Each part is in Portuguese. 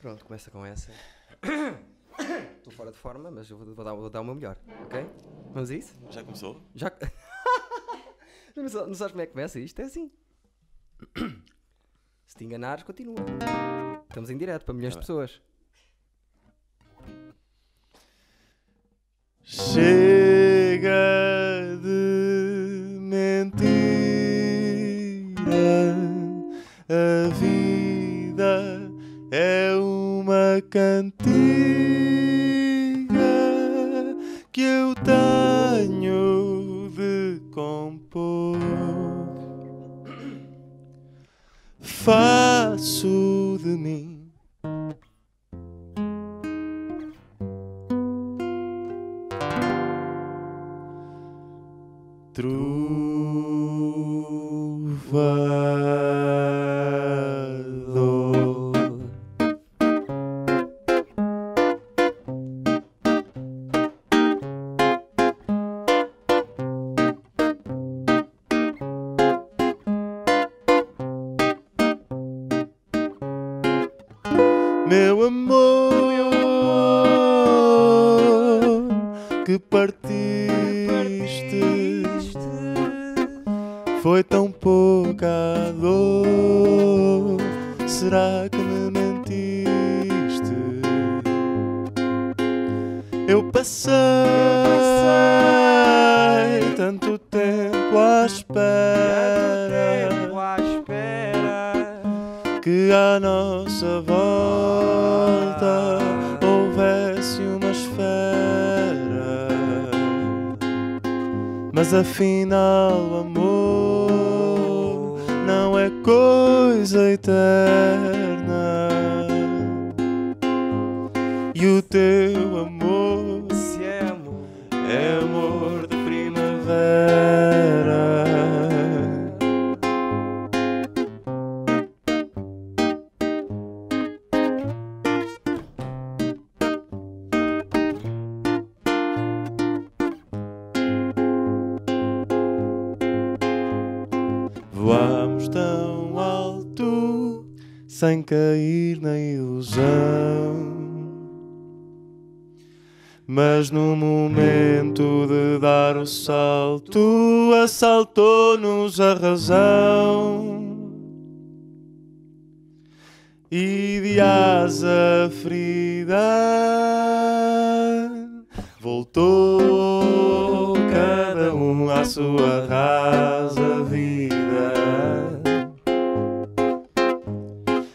Pronto, começa com essa. Estou fora de forma, mas eu vou, vou dar, vou dar o meu melhor, ok? Vamos a isso? Já começou? Já. não, sa- não sabes como é que começa isto? É assim. Se te enganares, continua. Estamos em direto para milhões de pessoas. Chega de mentira, a vida é uma cantiga que eu tenho de compor. Faço de mim. Trovador Meu amor que partiste foi tão pouca a dor. Será que me mentiste? Eu passei tanto tempo à espera que à nossa volta houvesse uma esfera. Mas afinal, o amor não é coisa eterna. E o teu amor Se amo. é amor de primavera. Voamos tão alto sem cair na ilusão. Mas no momento de dar o salto, assaltou-nos a razão. E de asa ferida voltou cada um à sua rasa vida.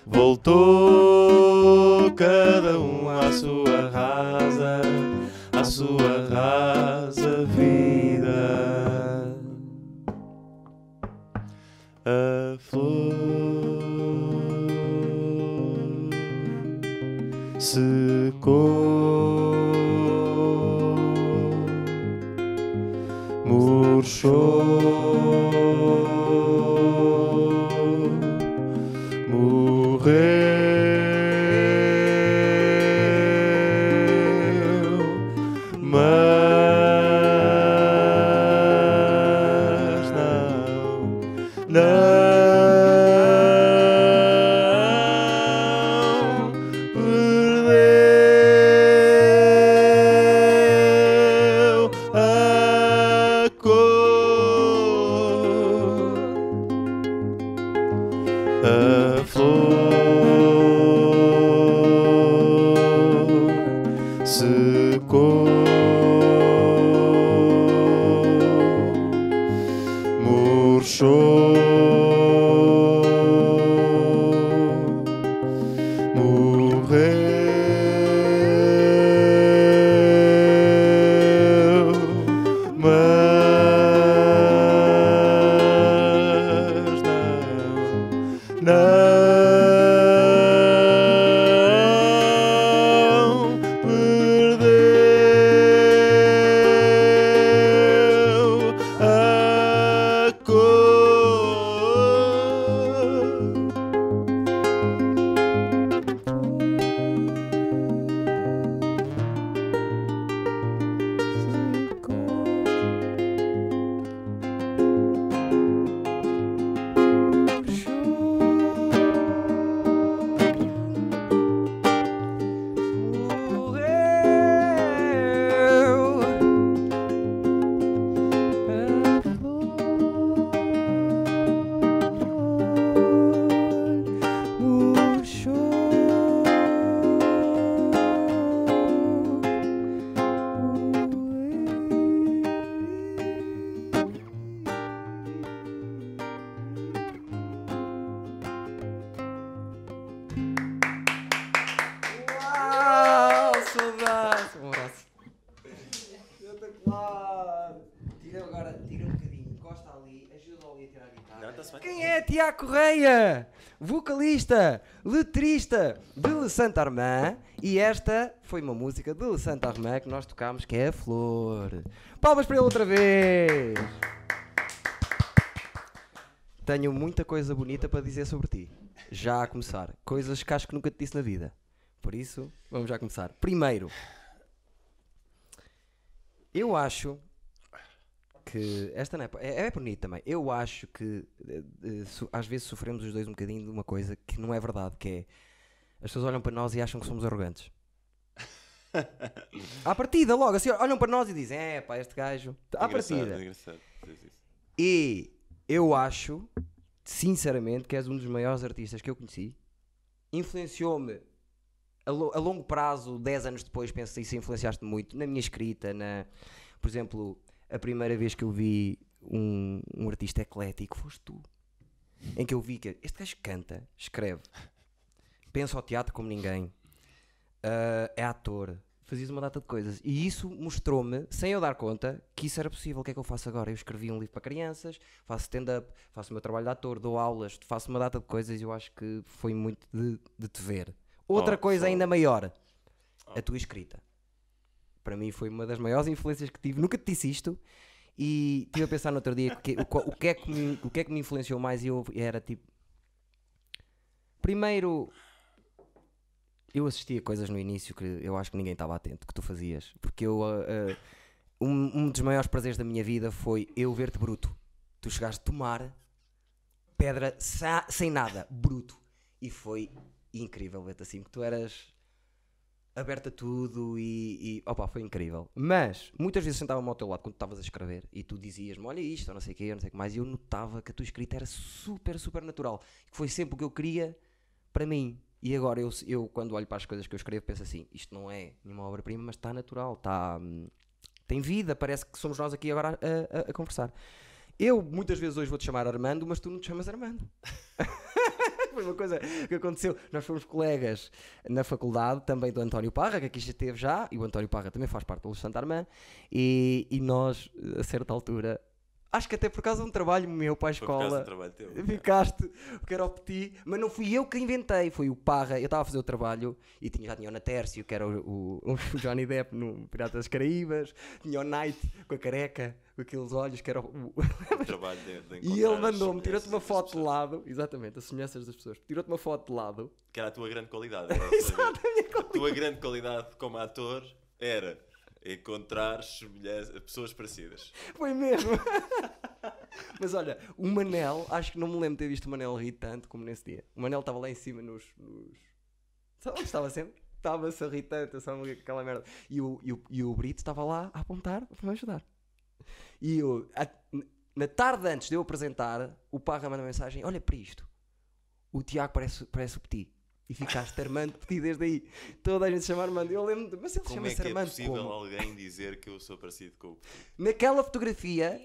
Voltou cada um à sua rasa, à sua rasa vida. A flor secou, murchou morreu, mas não, não perdeu a cor a flor secou, murchou, morreu, mas não. Não perdeu a cor. um é Tiago Correia, vocalista, letrista de Le Santa Armand. E esta foi uma música de Le Santa Armand que nós tocámos, que é a Flor. Palmas para ele outra vez! Tenho muita coisa bonita para dizer sobre ti. Já a começar. Coisas que acho que nunca te disse na vida. Por isso, vamos já começar. Primeiro, eu acho que esta não é, pa- é, é bonito também. Eu acho que eh, eh, so- às vezes sofremos os dois um bocadinho de uma coisa que não é verdade, que é as pessoas olham para nós e acham que somos arrogantes. À partida, logo, assim, olham para nós e dizem: É pá, este gajo. À partida. Engraçado, diz isso. E eu acho, sinceramente, que és um dos maiores artistas que eu conheci. Influenciou-me a, lo- a longo prazo, 10 anos depois, penso que isso influenciaste muito na minha escrita. Na, por exemplo, a primeira vez que eu vi um, um artista eclético foste tu. Em que eu vi que este gajo canta, escreve, pensa ao teatro como ninguém, ah, é ator, fazias uma data de coisas. E isso mostrou-me, sem eu dar conta, que isso era possível. O que é que eu faço agora? Eu escrevi um livro para crianças, faço stand-up, faço o meu trabalho de ator, dou aulas, faço uma data de coisas e eu acho que foi muito de, de te ver. Outra Oh, coisa oh. ainda maior, a tua escrita. Para mim foi uma das maiores influências que tive. Nunca te disse isto. E estive a pensar no outro dia que- o, qual- o que é que me, o que é que me influenciou mais e eu era tipo. Primeiro, eu assistia coisas no início que eu acho que ninguém estava atento que tu fazias. Porque eu. ah, ah, um, um dos maiores prazeres da minha vida foi eu ver-te bruto. Tu chegaste a tomar pedra sa- sem nada, bruto. E foi incrível ver-te assim, que tu eras aberta a tudo e, e opa, foi incrível. Mas muitas vezes sentava-me ao teu lado quando tu estavas a escrever e tu dizias-me: Olha isto, ou não sei o que, não sei o que mais. E eu notava que a tua escrita era super, super natural. Que foi sempre o que eu queria para mim. E agora eu, eu, quando olho para as coisas que eu escrevo, penso assim: Isto não é nenhuma obra-prima, mas está natural, está. hum, tem vida, parece que somos nós aqui agora a, a- a conversar. Eu muitas vezes hoje vou-te chamar Armando, mas tu não te chamas Armando. Foi uma coisa que aconteceu. Nós fomos colegas na faculdade também do António Parra, que aqui já esteve já, e o António Parra também faz parte do Alexandre Armand, e, e nós, a certa altura, acho que até por causa de um trabalho meu para a Foi por causa escola, eh, do trabalho teu. Ficaste, porque era o Petit, mas não fui eu que inventei, foi o Parra. Eu estava a fazer o trabalho e tinha, já tinha o Natércio, que era o, o- o Johnny Depp no Piratas das Caraíbas, tinha o Knight com a careca, com aqueles olhos, que era o. o- O trabalho de, de E encontrar ele as mandou-me, semelhanças tirou-te uma das foto de pessoas. lado, exatamente, as semelhanças das pessoas, tirou-te uma foto de lado. Que era a tua grande qualidade. era saber. a tua grande qualidade como ator era encontrar semelhanças- pessoas parecidas. Foi mesmo. Mas olha, o Manel, acho que não me lembro de ter visto o Manel rir tanto como nesse dia. O Manel estava lá em cima nos. nos... Sabe onde estava sempre? Estava-se a rir tanto, eu só me lembro daquela merda. E o, e o, e o Brito estava lá a apontar para me ajudar. E eu, a- na tarde antes de eu apresentar, o Parra manda mensagem: Olha para isto, o Tiago parece, parece o Petit. E ficaste Armando Petit desde aí. Toda a gente chama Armando. Eu lembro-me, de- mas ele Como é chama-se que é Armando. possível como? alguém dizer que eu sou parecido com o, Naquela fotografia,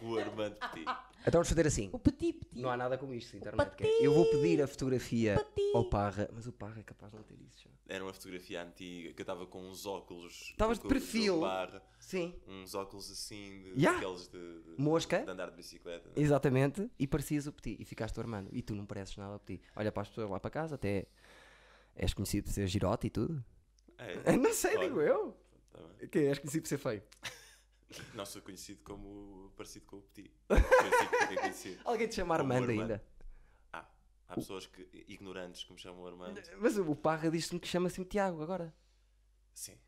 com o Armando Petit? então vamos fazer assim. O petit petit. Não há nada como isto, internet. que é. Eu vou pedir a fotografia Pati. ao Parra, mas o Parra é capaz de não ter isso. já. Era uma fotografia antiga que eu estava com uns óculos. Estavas de com- com perfil. barra, Sim. uns óculos assim, de, Yeah. aqueles de, de- Mosca. de andar de bicicleta. né? Exatamente. E parecias o Petit. E ficaste o Armando. E tu não pareces nada ao Petit. Olha para as pessoas lá para casa, até és conhecido por ser girote e tudo. É, Não sei, Olha, digo eu. tá bem. Que és conhecido por ser feio. Não sou conhecido como parecido com o Petit. Conhecido porque é conhecido. Alguém te chama Como o Armando Armando. ainda. Há, há pessoas que, ignorantes que me chamam Armando. Mas o Parra diz-me que chama-se Tiago agora. Sim.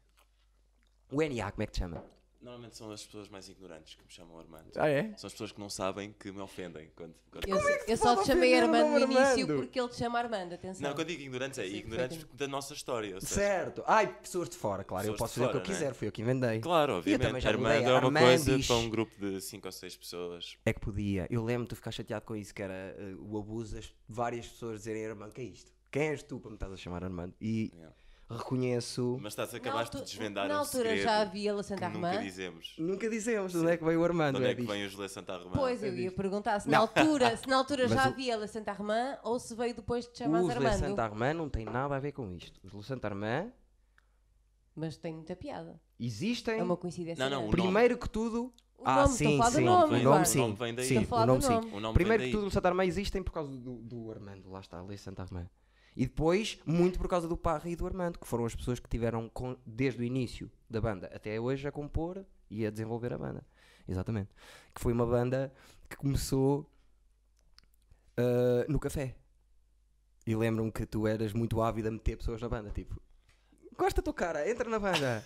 O NA, como é que te chama? Normalmente são as pessoas mais ignorantes que me chamam Armando. Ah, é? São as pessoas que não sabem que me ofendem. Quando, quando- Eu, eu se só pode te chamei ofender o Armando no nome início Armando? porque ele te chama Armando, atenção. Não, quando digo ignorantes é Sim, ignorantes da nossa história. ou seja, Certo. Ai, pessoas de fora, claro. eu Pessoas posso de fazer o fora, que eu não é? quiser. Fui eu que inventei. Claro, também obviamente. já mudei Armando é uma Armandis. coisa para um grupo de 5 ou 6 pessoas. É que podia. Eu lembro de tu ficar chateado com isso, que era eh, o abuso das várias pessoas dizerem Armando, que é isto? Quem és tu para me estás a chamar Armando? E Yeah. reconheço. Mas estás, Na acabaste altu- de desvendar Na um altura segredo já havia La que Santa nunca Armand. dizemos. Nunca dizemos de onde é que veio o De Armando. onde é é que disto. vem o Gilé Santa Romana? Pois, eu ia perguntar se na Não. altura, se na altura Mas já o- havia La Santa Armand ou se veio depois de te Os chamas Le Armando. Santa Armand não tem nada a ver com isto. Os Le Santa Armand Mas tem muita piada. existem. É uma coincidência. Não, não, grande. o nome. Primeiro que tudo, O Ah, nome, sim, estou a falar sim. do nome, o vem- nome Eduardo. sim. o nome vem daí. sim, Estou a falar o do nome sim. nome. O nome Primeiro vem que daí. tudo, o Santarmé existem por causa do, do Armando, lá está, Luís Santarmé. E depois, muito por causa do Parra e do Armando, que foram as pessoas que tiveram com- desde o início da banda até hoje a compor e a desenvolver a banda. Exatamente. Que foi uma banda que começou ah, no café. E lembro-me que tu eras muito ávido a meter pessoas na banda, tipo. Gosta do cara, entra na banda.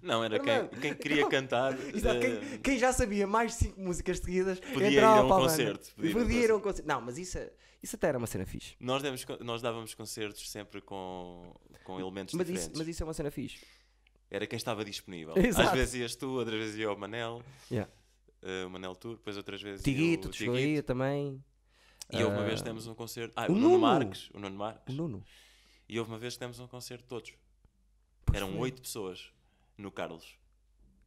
Não, era quem, Armando. quem queria cantar. Exato, eh, quem, quem já sabia mais de 5 músicas seguidas Podia ir entrava a um para a concerto, podia Banda. ir a um Podia ir a um concerto. Não, mas isso, é- isso até era uma cena fixe. Nós, demos, con- nós dávamos concertos sempre com, com elementos Mas diferentes. isso, mas isso é uma cena fixe. Era quem estava disponível. Exato. Às vezes ias tu, outras vezes ia o Manel, Yeah. eh, o Manel tu, depois outras vezes ia Tiguito, o tu chegou aí Tiguito. também. E houve uma Ah, vez que demos um concerto. Ah, o o, Nuno Nuno. Marques. O Nuno O Marques. Nuno. E houve uma vez que demos um concerto todos. Pois Eram foi. oito pessoas no Carlos.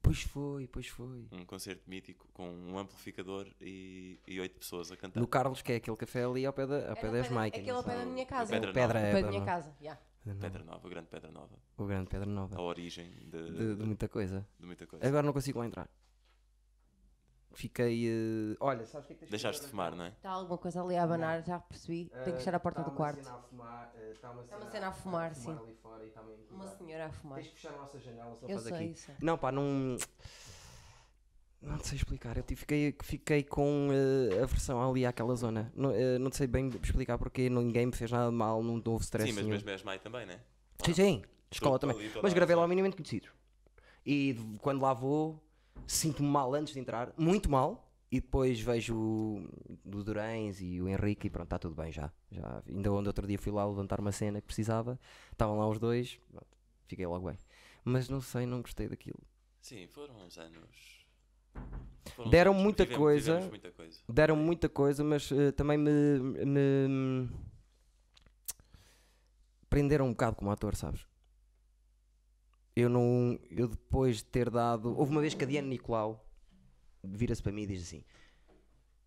Pois foi, pois foi. Um concerto mítico com um amplificador e e oito pessoas a cantar. No Carlos, que é aquele café ali ao pé, da, ao Era pé o das pé da- máquinas. aquele ao pé da sabe? minha casa. Pedra O pedra Nova. é, Pé da minha Nova. casa. yeah. Pedra Nova, grande Pedra Nova. O grande Pedra A Nova. origem de, De, de muita coisa. de muita coisa. Agora não consigo lá entrar. Fiquei. eh, Olha, sabes o que é que tens que Deixaste de fazer? fumar, não é? Está alguma coisa ali a abanar, já percebi. Tenho que fechar a porta Tá do quarto. Está eh, uma Tá uma cena a fumar, sim. ali fora e tá-me a incomodar. Uma senhora a fumar. Tens que fechar a nossa janela, só Eu faz sei, aqui. eu sei. Não, pá, não. Não te sei explicar. Eu te- fiquei, fiquei com eh, aversão ali àquela zona. Não, eh, não te sei bem explicar porque ninguém me fez nada de mal, não houve stress. Sim, mas, nenhum. mas és mai também, não é? Sim, sim. Escola Tudo também. ali, toda Mas a gravei lá zona. o minimamente conhecido. E de- quando lá vou, sinto-me mal antes de entrar, muito mal. E depois vejo o do Durães e o Henrique e pronto, está tudo bem já. já. Ainda onde outro dia fui lá levantar uma cena que precisava, estavam lá os dois, pronto, fiquei logo bem. Mas não sei, não gostei daquilo. Sim, foram uns anos. foram uns Deram anos que muita vivemos- coisa. vivemos muita coisa. Deram muita coisa, mas eh, também me, me- prenderam um bocado como ator, sabes? Eu não. Eu depois de ter dado. Houve uma vez que a Diana Nicolau vira-se para mim e diz assim: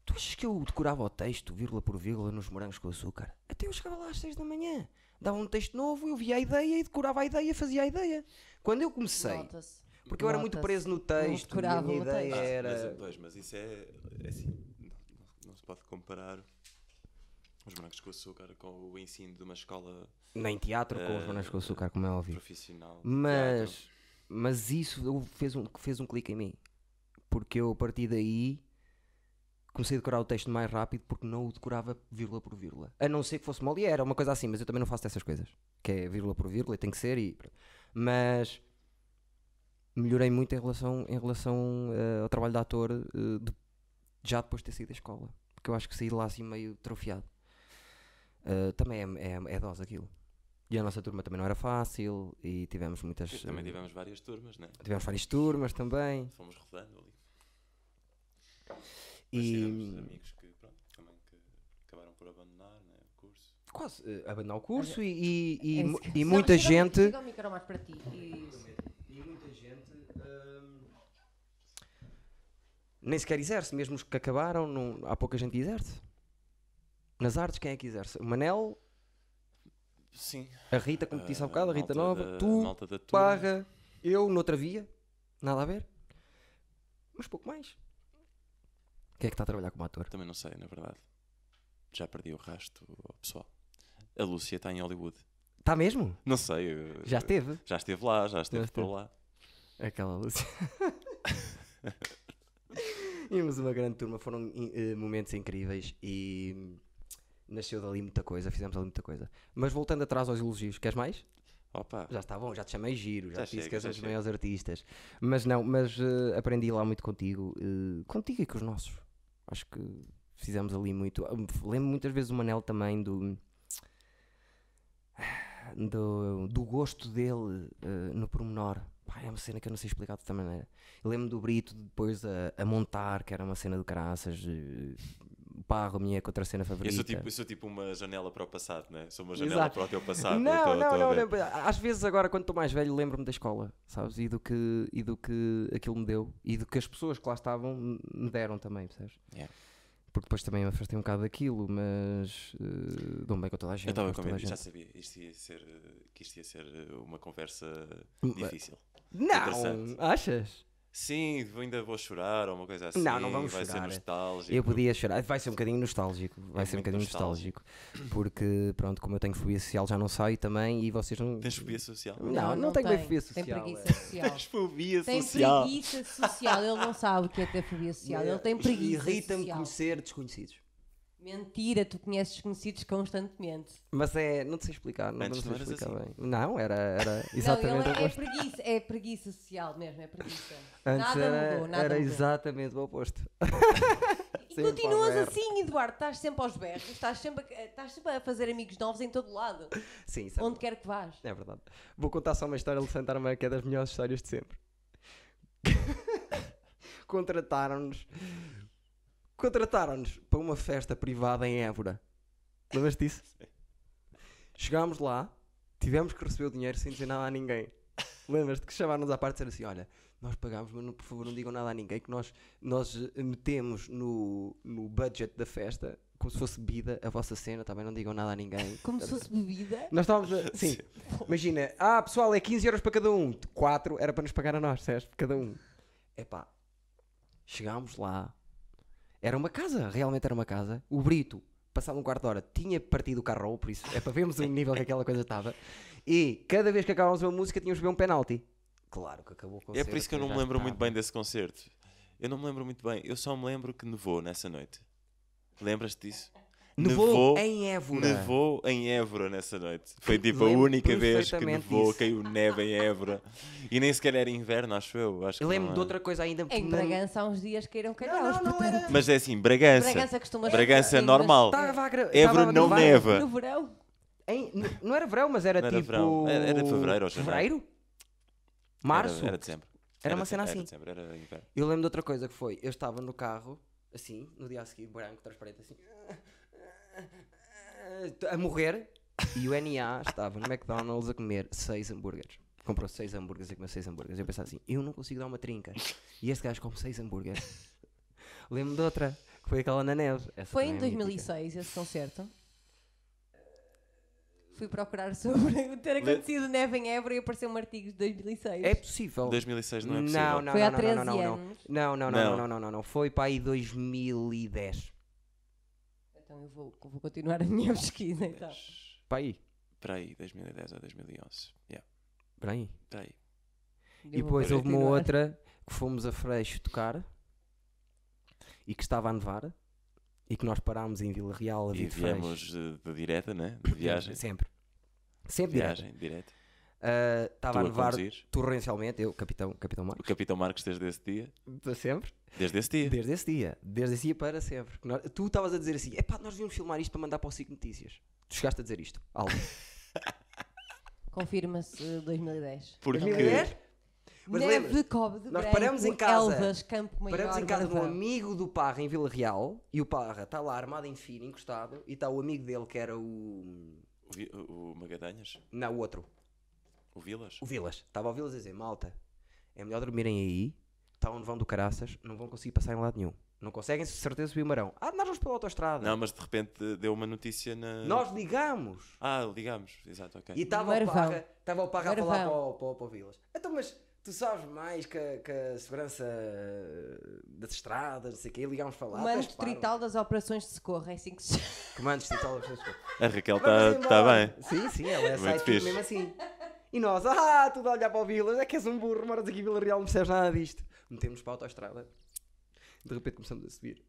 Tu achas que eu decorava o texto, vírgula por vírgula, nos morangos com açúcar? Até eu chegava lá às seis da manhã. Dava um texto novo, eu via a ideia e decorava a ideia, fazia a ideia. Quando eu comecei, Nota-se. porque eu era muito Nota-se. preso no texto, e a decorava minha o ideia texto. era. Ah, Mas, pois, mas isso é, é assim, não, não- não se pode comparar os morangos com açúcar com o ensino de uma escola Nem teatro com os Eh, morangos com açúcar, como é óbvio. profissional. de teatro. Mas, mas isso eu- fez um, fez um clique em mim. Porque eu, a partir daí, comecei a decorar o texto mais rápido porque não o decorava vírgula por vírgula. A não ser que fosse Molière, era uma coisa assim, mas eu também não faço dessas coisas. Que é vírgula por vírgula e tem que ser. E... Mas melhorei muito em relação, em relação eh, ao trabalho de ator eh, de- já depois de ter saído da escola. Porque eu acho que saí de lá assim meio trofiado. Eh, também é, é, é dose aquilo. E a nossa turma também não era fácil e tivemos muitas. Mas também eh, tivemos várias turmas, né? Tivemos várias turmas também. Fomos rodando ali. Mas tivemos E amigos que, pronto, também que acabaram por abandonar né, o curso. quase eh, abandonar o curso e, e, e É mu- isso que- e Não, muita chega ao- gente. chega ao micro mais para ti. Isso. E muita gente. hum, Nem sequer exerce, mesmo os que acabaram, não- há pouca gente que exerce. Nas artes, quem é que exerce? O Manel, Sim. a Rita, como te disse há Ah, bocado, a Rita malta Nova, da- tu, malta da turma. Parra, eu, noutra via, nada a ver. Mas pouco mais. Quem é que está a trabalhar como ator? Também não sei, na verdade. Já perdi o rasto ao pessoal. A Lúcia está em Hollywood. Está mesmo? Não sei. eu- Já esteve? Já esteve lá, já esteve Já por esteve. lá. Aquela luz. Tínhamos uma grande turma, foram in- eh, momentos incríveis e hum, nasceu dali muita coisa, fizemos ali muita coisa. Mas voltando atrás aos elogios, queres mais? Opa, Já está bom, já te chamei giro, já, Já te disse chega, que és já um dos chega. maiores artistas. Mas não, mas eh, aprendi lá muito contigo, eh, contigo e com os nossos. Acho que fizemos ali muito. Ah, Lembro muitas vezes o Manel também do. ah, Do, do gosto dele eh, no pormenor. Pá, é uma cena que eu não sei explicar de outra maneira. Eu lembro do Brito depois a, a montar, que era uma cena de caraças. eh, O Parro, a minha é outra cena Eu favorita. sou, tipo, eu sou tipo uma janela para o passado, né? Sou uma Exato. janela para o teu passado. Não, Tá, eu tô- tô não, a não, ver. não. Às vezes agora, quando estou mais velho, lembro-me da escola, sabes? E do, que, e do que aquilo me deu. E do que as pessoas que lá estavam me- me deram também, percebes? Yeah. Porque depois também me afastei um bocado daquilo, mas eh, dou-me bem com toda a gente. Eu estava gosto de toda com a já gente. sabia isto ia ser, eh, que isto ia ser eh, uma conversa Hum, difícil. Não! Interessante. Achas? Sim, vou- ainda vou chorar ou uma coisa assim. Não, não vamos vai chorar. ser nostálgico. Eu podia chorar, vai ser um bocadinho nostálgico, vai É ser um muito bocadinho nostálgico. porque pronto, como eu tenho fobia social já não saio também e vocês não. Tens fobia social? Não, não, tenho bem fobia social. Tem preguiça é. social. Tens fobia Tem social. preguiça social. Ele não sabe o que é ter fobia social. Ele tem preguiça É, Irrita-me social. conhecer desconhecidos. Mentira, tu conheces desconhecidos constantemente. Mas é, não te sei explicar, não, Antes não não sei eras explicar bem. Não, era, era exatamente não, o ele é, é oposto. preguiça, é preguiça social mesmo, é preguiça. Antes nada era, mudou, nada era mudou. exatamente o oposto. E Sempre ao continuas berro. assim, Eduardo, estás sempre aos berros, estás sempre, a, estás sempre a fazer amigos novos em todo lado, Sim, isso é onde quer que vás. É verdade. Vou contar só uma história de Santarma que é das melhores histórias de sempre. Contrataram-nos. Contrataram-nos para uma festa privada em Évora. Lembras disso? Chegámos lá, tivemos que receber o dinheiro sem dizer nada a ninguém. Lembras-te que chamaram-nos à parte e disseram assim: Olha, nós pagámos, mas não- por favor não digam nada a ninguém, que nós, nós eh, metemos no, no budget da festa, como se fosse bebida, a vossa cena, também não digam nada a ninguém. Como se fosse bebida. Nós estávamos a. Sim. Imagina, ah pessoal, é 15 euros para cada um. 4 era para nos pagar a nós, certo? Cada um. Epá. Chegámos lá. Era uma casa, realmente era uma casa. O Brito, passado um quarto de hora, tinha partido o carro, por isso é para vermos o nível que aquela coisa estava. E cada vez que acabávamos uma música, tínhamos de ver um penalti. Claro que acabou com É por isso que eu não me lembro muito bem desse concerto. Eu não me lembro muito bem. Eu só me lembro que nevou nessa noite. Lembras-te disso? Nevou em Évora. Nevou em Évora nessa noite. Foi tipo a Lembro única vez que perfeitamente nevou, disso. caiu neve em Évora. E nem sequer era inverno, acho eu. Acho que Eu não é? lembro de era. outra coisa ainda. Em não- Bragança há uns dias caíram Não, calhaus, não, não era. Mas é assim, Bragança. Bragança costuma Bragança chover, normal. Estava a gra- estava Évora a não nevar. neva. no verão. Em- n- não era verão, mas era Não era tipo. verão, era- era fevereiro ou janeiro. Fevereiro? Março? Era, era dezembro. Era uma cena dezembro, assim. dezembro, era inverno. Eu lembro de outra coisa que foi: eu estava no carro, assim, no dia a seguir, branco, transparente, assim, a morrer, e o NA estava no McDonald's a comer seis hambúrgueres. Comprou seis hambúrgueres e comeu seis hambúrgueres. Eu pensava assim: eu não consigo dar uma trinca. E este gajo come seis hambúrgueres. Lembro de outra, que foi aquela na neve. Essa Foi também em é mítica. 2006 esse concerto. Fui procurar sobre o ter acontecido neve em Évora e apareceu um artigo de 2006. É possível. 2006 não é possível. Não, não, Foi não, há não, 13 não, não, não. anos. Não, não, não, não, Não. não, não, não, não. Foi para aí 2010. Então eu vou, vou continuar a minha pesquisa então. Para aí. Para aí, 2010 ou 2011. Yeah, Para aí. para aí. E Eu vou depois houve uma continuar. outra que fomos a Freixo tocar e que estava a nevar e que nós parámos em Vila Real a E vir de viemos Freixo. de, de direta, né? De viagem. Sempre. Sempre direto. Viagem, direta. Ah, Tu Estava a a nevar conduzir. torrencialmente, eu, capitão, capitão O Marcos. Capitão Marcos desde esse dia. Para sempre. Desde esse dia. Desde esse dia. Desde esse dia para sempre. Que nós- tu estavas a dizer assim: é pá, nós devíamos filmar isto para mandar para o SIC Notícias. Tu chegaste a dizer isto. Algo. Confirma-se eh, 2010. Porque Mas Neve lembra- de Cobre de nós Branco, paramos em casa. Elvas, Campo Maior, Paramos em casa de um Bravão. amigo do Parra em Vila Real e o Parra está lá armado em fio, encostado, e está o amigo dele que era o. o Vi- o, o Magadanhas, Não, o outro. o Vilas. O Vilas. Estava a Vilas a dizer: malta, é melhor dormirem aí, está um vão do caraças, não vão conseguir passar em lado nenhum. Não conseguem, com certeza, subir o Marão. Ah, nós vamos pela autostrada. Não, mas de repente deu uma notícia na. Nós ligamos. Ah, ligámos. Exato, ok. E estava o Marvão. Parra, estava o Parra a falar para Marvão. o, para, o- para o Vilas. Então, mas tu sabes mais que, a- que a segurança eh, das estradas, não sei o quê, ligámos para lá. tu Comando és parvo. Distrital das Operações de Socorro, é assim que se chama. Comando distrital das pessoas. A Raquel Vamos está tá embora. bem. Sim, sim, ela é Muito sai fixe. mesmo assim. E nós, ah, tudo a olhar para o Vilas, é que és um burro, moras aqui em Vila Real, não percebes nada disto. Metemos para a autoestrada. De repente começamos a subir.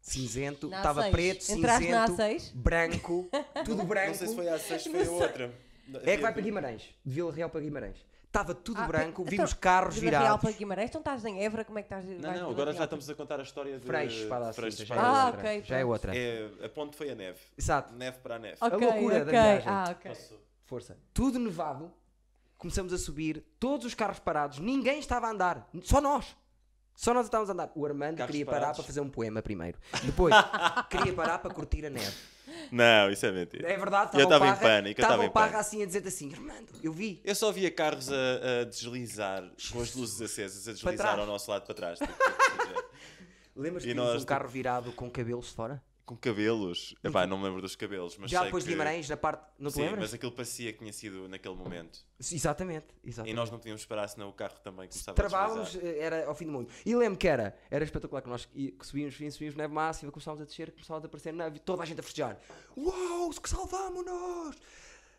Cinzento, Na estava A6. preto, Entraste na cinzento, A6? branco, tudo branco. a 6, foi a outra. É que vai para Guimarães, de Vila Real para Guimarães. Estava tudo Ah, branco, então, vimos carros Vila Real para virados. Guimarães, então estás em Évora, como é que estás? vais Não, de Vila não, agora Real já para- estamos a contar a história de Freixo, para lá, Freixos, Sintra, já, para é lá. Ah, outra. ok, já é pronto. outra. É, a ponte foi a neve. Exato. Neve para a neve. Ok, A loucura da ok. viagem. Ah, ok. Força. Tudo nevado. Começamos a subir, todos os carros parados, ninguém estava a andar, só nós. Só nós estávamos a andar. O Armando Carros queria parar parados. para fazer um poema primeiro. Depois, queria parar para curtir a neve. Não, isso é mentira. É verdade, estava Eu estava o em Parra- pânico, eu estava estava em o Parra pânico. assim a dizer assim, Armando, eu vi. Eu só via carros a, a deslizar, com as luzes acesas, a deslizar trás. ao nosso lado para trás. tipo, Lembras E que tínhamos nós, um tipo- carro virado com cabelos de fora? Com cabelos. Epá, não me lembro dos cabelos, mas Já sei depois de que- Guimarães, na parte. Não te Sim, lembras? mas aquilo parecia que tinha sido naquele momento. Exatamente, E exatamente. nós não podíamos parar, senão o carro também começava a Travávamos, deslizar. eh, era ao fim do mundo. E lembro que era, era espetacular que nós i- que subíamos, subíamos, subíamos neve máxima, começámos a descer, começámos a aparecer neve, toda a gente a festejar. Uau, que salvámonos!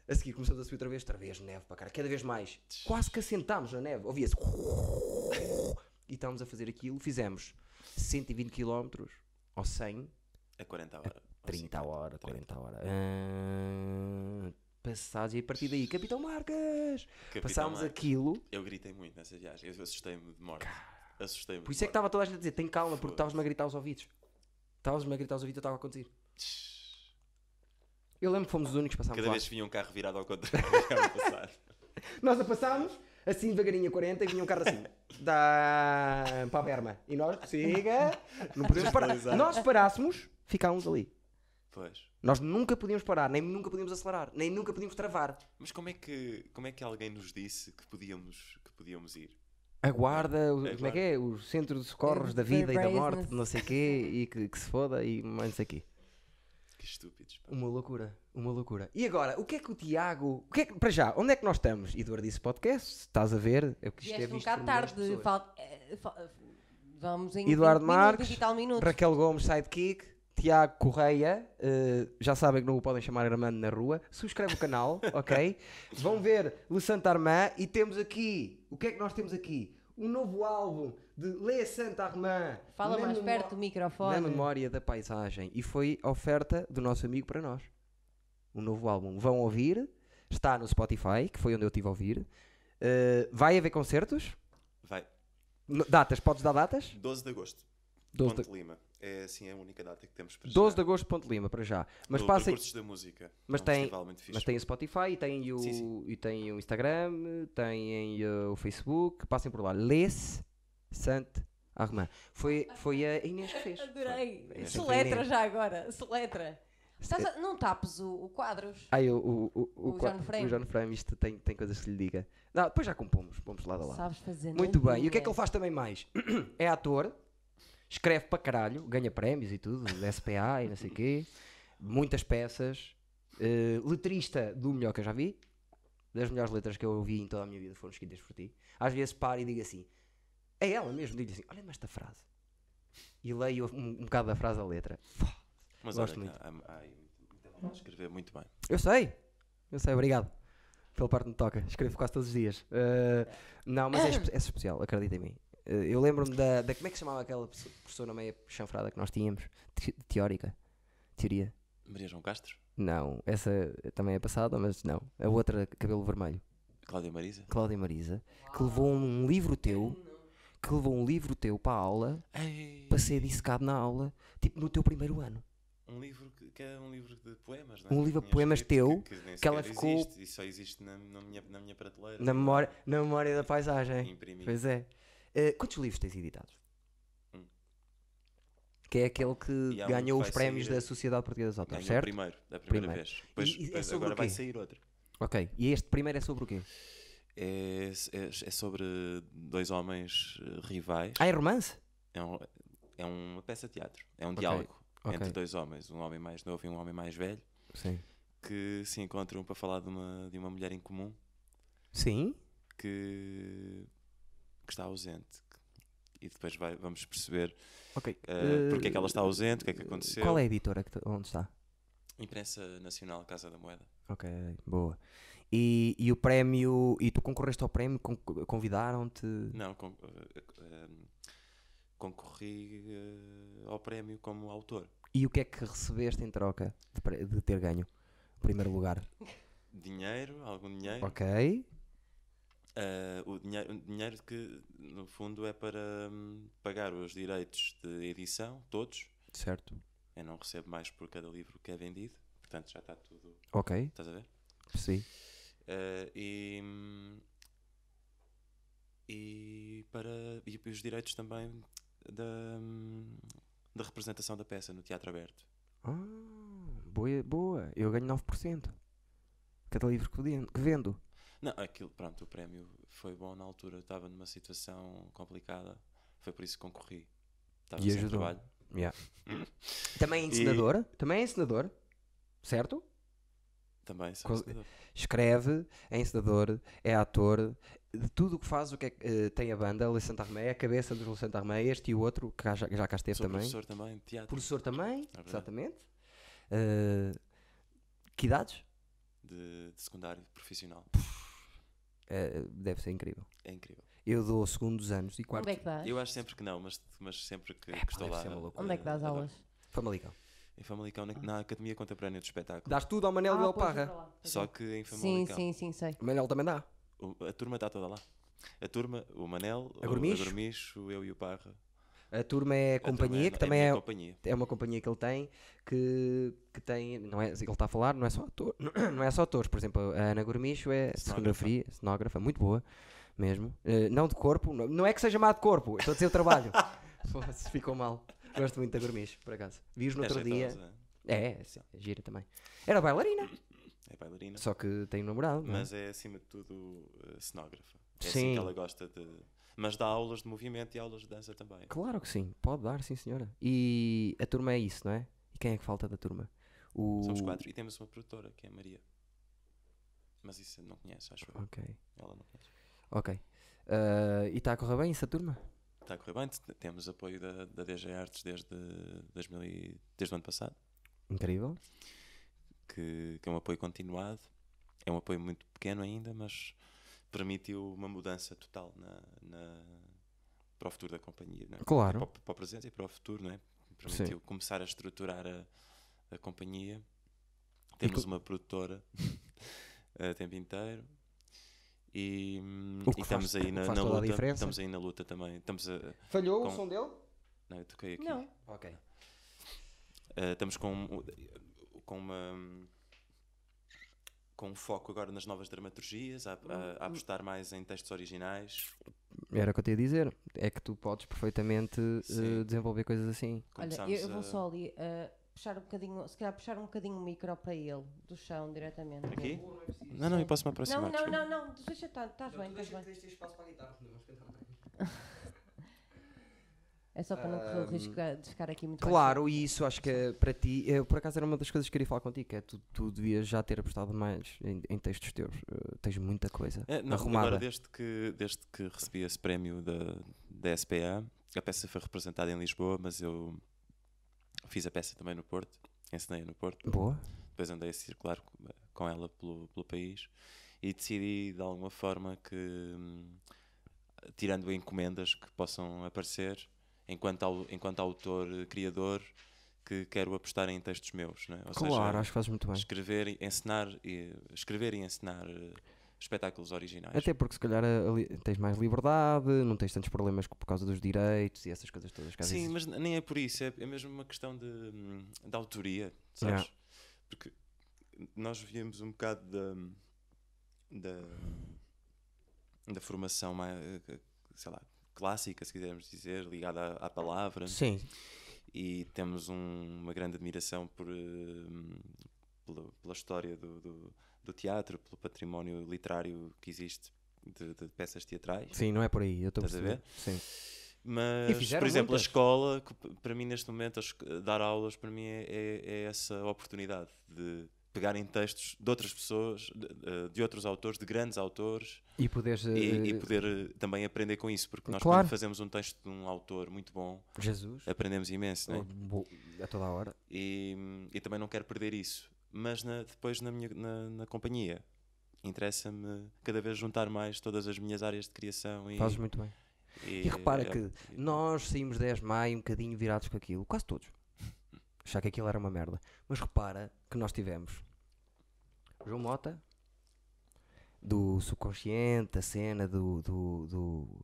A seguir começamos a subir outra vez, outra vez neve para cara, cada vez mais. Quase que assentámos na neve, ouvia-se. E estávamos a fazer aquilo, fizemos 120 km ou 100, A 40 horas. assim, 30 horas, 40 horas. Ah, passados e a partir daí, Capitão Marcas! Passámos aqui. aquilo. Eu gritei muito nessa viagem. Eu assustei-me de morte. Assustei-me. Por de isso é que morte. estava toda a gente a dizer: tem calma, porque estavas-me a gritar aos ouvidos. Estavas-me a gritar aos ouvidos, eu estava a conduzir. Eu lembro que fomos os únicos que passámos Cada lá. vez que vinha um carro virado ao contrário, era passar. Nós a passámos, assim devagarinho a 40, e vinha um carro assim, da... para a berma. E nós, siga, não podemos parar. Deslizar. Nós parássemos, ficávamos ali. Pois. Nós nunca podíamos parar, nem nunca podíamos acelerar, nem nunca podíamos travar. Mas como é que, como é que alguém nos disse que podíamos, que podíamos ir? Aguarda, o, É como é que é? O centro de socorros da vida e da morte, não sei quê, e que, que se foda, e mais não sei quê. Que estúpidos. pá. Uma loucura, uma loucura. E agora, o que é que o Tiago. O que é que, para já, onde é que nós estamos? Eduardo disse podcast, estás a ver? É porque isto é Vieste um visto por bocado milhões de tarde. pessoas. fal- eh, fal- eh, Vamos em Eduardo 20 minutos, Marques, digital minuto. Raquel Gomes, sidekick. Tiago Correia, eh, já sabem que não o podem chamar Armando na rua. Subscreve o canal, ok? Vão ver Le Santa Armand e temos aqui. O que é que nós temos aqui? Um novo álbum de Le Santa Armand. Fala na mais memó- perto do Na microfone. memória da paisagem. E foi a oferta do nosso amigo para nós. Um novo álbum. Vão ouvir. Está no Spotify, que foi onde eu estive a ouvir. Eh, vai haver concertos? Vai. No- datas, podes dar datas? 12 de agosto. 12 Ponte de, Lima. É assim a única data que temos para 12 de já. agosto, Ponte Lima, para já. Mas Do passem. Percursos da Música. Mas é um tem- festival muito fixe. Mas tem o Spotify e tem o, Sim, sim. E tem o Instagram, tem eh, o Facebook, passem por lá. Les Saint Armand. Foi, foi a Inês que fez. Adorei. Foi. Seletra já agora. Seletra. Estás a- Não tapes o, o quadros. Ah, eu, o, o, o, O qua- John Frame. o John Frame, isto tem, tem coisas que lhe diga. Não, depois já compomos, vamos lado a lado. Sabes fazer Muito bem, e o que é que nadinha. ele faz também mais? é ator, escreve para caralho, ganha prémios e tudo, SPA e não sei o quê, muitas peças, eh, letrista do melhor que eu já vi, das melhores letras que eu ouvi em toda a minha vida foram escritas por ti. Às vezes paro e digo assim, é ela mesmo, digo assim, olha-me esta frase. E leio um, um bocado da frase à letra. Mas Gosto olha, muito. há- há- há aí muita malta a escrever muito bem. Eu sei, eu sei, obrigado. Pela parte que me toca, escrevo quase todos os dias. Uh, não, mas é, espe- é especial, acredita em mim. Uh, eu lembro-me da, da. Como é que se chamava aquela perso- professora meia chanfrada que nós tínhamos? Te- teórica? Teoria? Maria João Castro? Não, essa também é passada, mas não. A outra, cabelo vermelho. Cláudia Marisa? Cláudia Marisa, que levou um livro teu, que levou um livro teu para a aula, Ei, para ser dissecado na aula, tipo no teu primeiro ano. um livro que, que é um livro de poemas, não é? Um livro de Tinha poemas escrito teu, que, nem que ela sequer ficou- existe, e só existe na, na minha, na minha prateleira. Na memória, na memória da paisagem. Imprimi. Pois é. Eh, quantos livros tens editados? Um. Que é aquele que E há um ganhou que os vai prémios sair- da Sociedade Portuguesa dos Autores, Ganhou tá certo? primeiro, da primeira Primeiro. vez. Depois, e é depois sobre o agora vai quê? sair outro. Ok. E este primeiro é sobre o quê? É, é, é sobre dois homens eh, rivais. Ah, é romance? É, um- é uma peça de teatro. É um Ok, diálogo ok. entre dois homens, um homem mais novo e um homem mais velho, Sim. que se encontram para falar de uma, de uma mulher em comum Sim? que, que está ausente. E depois vai- vamos perceber Ok. eh, porque é que ela Eh, está ausente, o que é que aconteceu. Qual é a editora que tu- onde está? Imprensa Nacional Casa da Moeda. Ok, boa. E, e o prémio. E tu concorreste ao prémio? Con- Convidaram-te? Não, con- eh, eh, concorri eh, ao prémio como autor. E o que é que recebeste em troca de, pre- de ter ganho? o Primeiro lugar. Dinheiro, algum dinheiro. Ok. Eh, o dinheiro. o Dinheiro que, no fundo, é para hum, pagar os direitos de edição, todos. Certo. Eu não recebo mais por cada livro que é vendido. Portanto, já está tudo. Ok, Estás a ver? percebi. Eh, e, hum, e para e os direitos também da, hum, da representação da peça no teatro aberto. Ah, boa, boa. Eu ganho 9%. Cada livro que vendo. Que vendo. Não, aquilo, pronto, o prémio foi bom na altura, eu estava numa situação complicada, foi por isso que concorri. Estava E sem ajudou. trabalho. Yeah. Também é ensinador, também é ensinador, certo? Também sou Co- ensinador. Escreve, é ensinador, é ator, de tudo o que faz, o que é que, eh, tem a banda, Luís Santa Armé, a cabeça dos Luís Santa Armé, este e o outro, que já, já cá esteve Sou também. professor também de teatro. Professor também, verdade. exatamente. Eh, que idades? De, de secundário, profissional. Eh, deve ser incrível. É incrível. Eu dou segundos anos e quarto. Onde é que dás? Eu acho sempre que não, mas, mas sempre que, É, que pá, estou deve lá. ser uma loucura. Onde é que dás adoro. aulas? Foi maligão. Em Famalicão, na, na Academia Contemporânea do Espetáculo. Dás tudo ao Manel Ah, Del pois, é Parra. para lá. Pois Só é. que em Sim, Famalicão. sim, sim, sei. O Manel também dá. o- a turma está toda lá. A turma, o Manel, o Agromixo? Agromixo, eu e o Parra. A turma é a A turma companhia, é- que também minha é, companhia. é uma companhia que ele tem, que, que tem, não é, ele está a falar, não é só ator, não é só atores, por exemplo, a Ana Gormicho é Cenógrafa. cenografia, cenógrafa, muito boa, mesmo, Eh, não de corpo, não, não é que seja má de corpo, estou a dizer o trabalho, se ficou mal, gosto muito da Gormicho, por acaso, vi-os no É outro dia, jeitosa, é, é, sim, é gira também, era bailarina, É bailarina. só que tem um namorado, não é? Mas é acima de tudo eh, cenógrafa. É assim Sim. que ela gosta de. Mas dá aulas de movimento e aulas de dança também. Claro que sim, pode dar, sim senhora. E a turma é isso, não é? E quem é que falta da turma? O... Somos quatro. E temos uma produtora, que é a Maria. Mas isso eu não conheço, acho eu. Ok, Ela não conhece. ok. Ah, e está a correr bem essa turma? Está a correr bem. t- Temos apoio da, da DG Artes desde, 2000 e- desde o ano passado, Incrível. que, que é um apoio continuado. É um apoio muito pequeno ainda, mas permitiu uma mudança total na, na- para o futuro da companhia. não é? Claro. para, o- para o presente e para o futuro, não é? Permitiu começar a estruturar a, a companhia. Temos co- uma produtora a tempo inteiro. E, hum, O que e faz- estamos o aí que na, faz na toda a luta. diferença. estamos aí na luta também. Estamos a, Falhou o Com- som dele? não, é? eu toquei aqui. Não. Ok. Uh, estamos com, um- com uma com um foco agora nas novas dramaturgias, a, Hum, a- a apostar mais em textos originais, Era o que eu te ia dizer. É que tu podes perfeitamente eh, Sim. desenvolver coisas assim. Olha, eu, Começámos eu vou a- só ali ah, puxar um bocadinho, se calhar puxar um bocadinho o micro para ele, do chão diretamente. Aqui? Não, não, eu posso me aproximar. Não, não, desculpa. não, não, deixa estar, estás bem, estás bem. tens espaço para a guitarra. É só para não correr o Ahm, risco de ficar aqui muito Claro, e isso acho que eh, para ti, eh, por acaso era uma das coisas que queria falar contigo, que é tu, tu devias já ter apostado mais em, em textos teus. Eh, tens muita coisa É, não, arrumada. Agora, desde que, desde que recebi esse prémio da, da SPA, a peça foi representada em Lisboa, mas eu fiz a peça também no Porto, ensinei no Porto, Boa. depois andei a circular co- com ela pelo, pelo país e decidi de alguma forma que, hum, tirando encomendas que possam aparecer, enquanto, au- enquanto autor, eh, criador, que quero apostar em textos meus, não é? Ou seja, Claro, acho que fazes muito bem. escrever e ensinar e escrever e ensinar eh, espetáculos originais. Até porque se calhar a- ali tens mais liberdade, não tens tantos problemas co- por causa dos direitos e essas coisas todas. que às Sim, vezes- mas n- nem é por isso, é, é mesmo uma questão de, hum, de autoria, Yeah. sabes? Porque nós viemos um bocado da, da, da formação mais, eh, sei lá, clássica, se quisermos dizer, ligada à, à palavra, Sim, e temos um- uma grande admiração por, eh, hum, pela, pela história do, do, do teatro, pelo património literário que existe de, de peças teatrais. sim, não é por aí. Eu estou a Estás a perceber. Sim. Mas, fizeram por exemplo, muitas. a escola, que p- para mim neste momento, a esco- dar aulas para mim é, é- é essa oportunidade de pegar em textos de outras pessoas, de, eh, de outros autores, de grandes autores, E poderes. e, e eh, poder eh, também aprender com isso, porque nós Claro. quando fazemos um texto de um autor muito bom, eh, Jesus. aprendemos imenso, não é? Bo- A toda a hora. E, e também não quero perder isso. Mas na- depois na, minha, na, na companhia, interessa-me cada vez juntar mais todas as minhas áreas de criação e... é Fazes muito bem. E repara que nós saímos 10 de maio um bocadinho virados com aquilo, quase todos. Achar que aquilo era uma merda. Mas repara que nós tivemos João Mota, do subconsciente, a cena, do, do,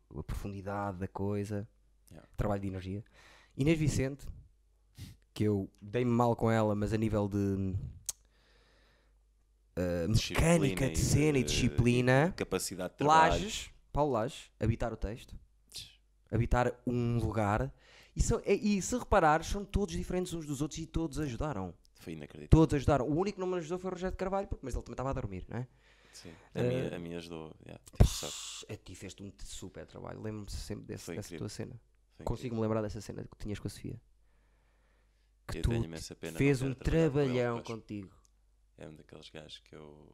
do- a profundidade da coisa, Yeah. trabalho de energia. Inês Vicente, que eu dei-me mal com ela, mas a nível de hum, ah, mecânica de cena e disciplina, capacidade de trabalho. Lages, Paulo Lages, habitar o texto habitar um lugar. E, são- é, e- e se reparares, são todos diferentes uns dos outros e todos ajudaram. Foi inacreditável. Todos ajudaram. O único que não me ajudou foi o Rogério de Carvalho, porque, mas ele também estava a dormir, não é? Sim. Eh, A, minha, a minha ajudou. yeah, tive sorte, A ti fez-te um super trabalho. Lembro-me sempre desse- Foi dessa incrível. tua cena. foi incrível. Consigo-me lembrar dessa cena que tinhas com a Sofia. que Eu tu tenho te- imensa pena não fez ter um trabalhado com ele, trabalhão pois. contigo. É um daqueles gajos que eu.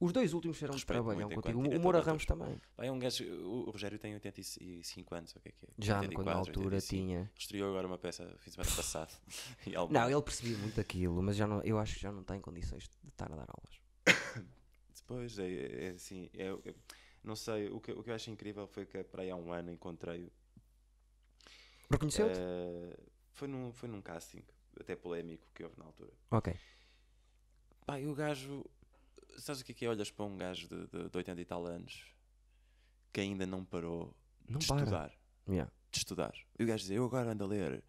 Os dois últimos fizeram um Respeito muito trabalhão enquanto contigo. O diretor Moura de Ramos também. Pá, é um gajo. O o Rogério tem 85 anos, ou o que é que é? Já quando na altura 85. tinha. Estreou agora uma peça, fim de semana passado. e alguma- Não, ele percebia muito aquilo, mas já não, eu acho que já não está em condições de estar a dar aulas. Depois, é, é assim, é, é- não sei, o que, o que eu acho incrível foi que para aí há um ano encontrei-o. Reconheceu-te? eh, foi, num, foi num casting, até polémico, que houve na altura. ok. Pá, e o gajo, sabes o que é que é? Olhas para um gajo de, de, de 80 e tal anos que ainda não parou Não de para. estudar. Yeah. de estudar. E o gajo dizia, eu agora ando a ler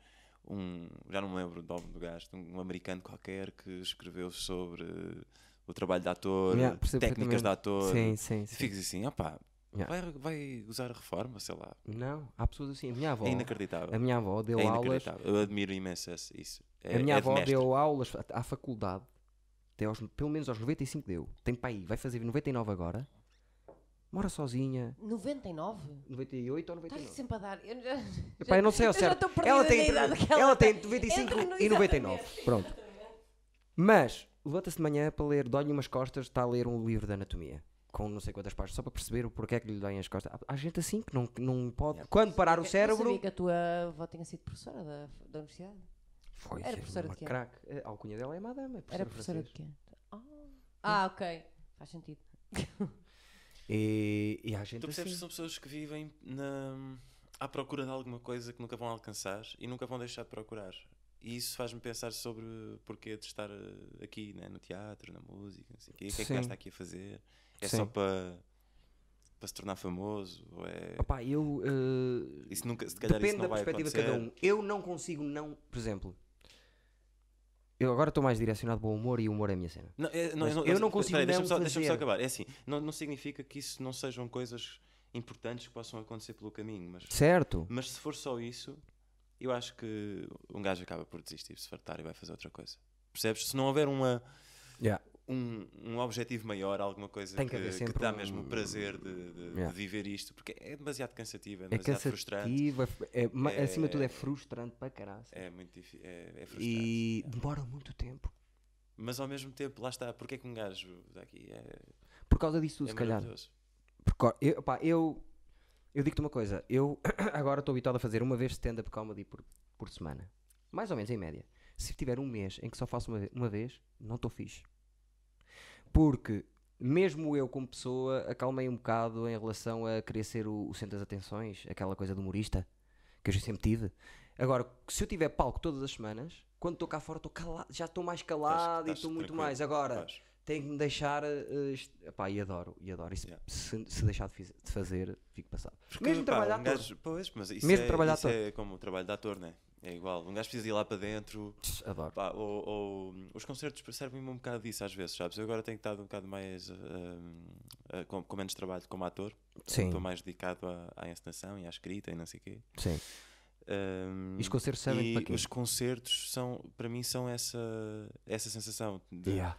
um, já não me lembro o nome do gajo, de um americano qualquer que escreveu sobre eh, o trabalho de ator, Yeah, percebo técnicas de perfeitamente. ator. Sim, sim, E sim. Ficas assim, opá, Yeah. vai, vai usar a reforma, sei lá. Não, há pessoas assim. A minha avó, É a inacreditável. minha avó deu é aulas. inacreditável. Eu admiro imenso esse- isso. É, a minha é de avó mestre. deu aulas à- à faculdade. Até aos, pelo menos aos 95 deu. Tem para aí, vai fazer 99 agora. Mora sozinha. 99? 98 ou Estás 99? sempre a dar. Eu, já, Epá, eu não sei ao eu já certo. estou perdida Ela na tem, entre- idade que ela tem tem. 95 Entre no- e 99. Pronto. Mas levanta-se de manhã para ler, dói-lhe umas costas, está a ler um livro de anatomia. Com não sei quantas páginas, só para perceber o porquê é que lhe doem as costas. Há- Há gente assim que não, que não pode. Quando parar o Eu sabia cérebro. que a tua avó tinha sido professora da, da universidade. Foi, Era professora de uma quê? craque. A alcunha dela é madame. é Era professora francesa. de quê? Ah, ah, ok. Faz sentido. E, e há gente Tu Então, percebes que assim. são pessoas que vivem na, à procura de alguma coisa que nunca vão alcançar e nunca vão deixar de procurar. E isso faz-me pensar sobre o porquê de estar eh, aqui, né? no teatro, na música, não sei o quê. O que é que Sim. está aqui a fazer? É só Sim. para para se tornar famoso? Ou é... Opá, eu. eh, isso nunca, se calhar Depende isso da não vai perspectiva de acontecer. cada um. Eu não consigo não. Por exemplo, eu agora estou mais direcionado para o humor e o humor é a minha cena. Não, é- não, Mas não, eu não consigo peraí, não Deixa-me só, deixa-me só fazer. acabar. É assim, não, não significa que isso não sejam coisas importantes que possam acontecer pelo caminho, mas Certo? Mas se for só isso, eu acho que um gajo acaba por desistir, se fartar e vai fazer outra coisa. Percebes? Se não houver uma, Yeah. um, um objetivo maior, alguma coisa Tem que que, haver que sempre te dá um- mesmo o prazer de, de- de Yeah. viver isto, porque é demasiado cansativo, é É demasiado frustrante. cansativo, é, fr- é ma- É- acima de tudo é frustrante para caralho. É muito difí- é, é frustrante. e demora muito tempo. Mas ao mesmo tempo, lá está, porque é que um gajo daqui é, Por causa disso, tudo, é se calhar. maravilhoso? Por co- eu, pá, eu, eu digo-te uma coisa. Eu agora estou habituado a fazer uma vez stand-up comedy por, por semana. Mais ou menos, em média. Se tiver um mês em que só faço uma, ve- uma vez, não estou fixe. Porque, mesmo eu como pessoa, acalmei um bocado em relação a querer ser o, o centro das atenções, aquela coisa de humorista, que eu já sempre tive. Agora, se eu tiver palco todas as semanas, quando estou cá fora, estou calado, já estou mais calado e estás estou muito tranquilo, mais. Agora, Vais. tem que me deixar. eh, est- epá, e adoro, e adoro. E se, Yeah. se- se deixar de, fiz- de fazer, fico passado. Porque, Mesmo pá, trabalhar um todo. gajo- pois, mas isso, Mesmo é, trabalhar isso todo. é como o trabalho de ator, não é? É igual. Um gajo precisa ir lá para dentro, Adoro. Pá, ou, ou, hum, os concertos servem-me um bocado disso às vezes, sabes? Eu agora tenho estado um bocado mais. hum, eh, com, com menos trabalho como ator. Sim. Estou mais dedicado à, à encenação e à escrita e não sei o quê. Sim. Hum, E os concertos servem e para quê? os concertos são, para mim, são essa, essa sensação de. Yeah.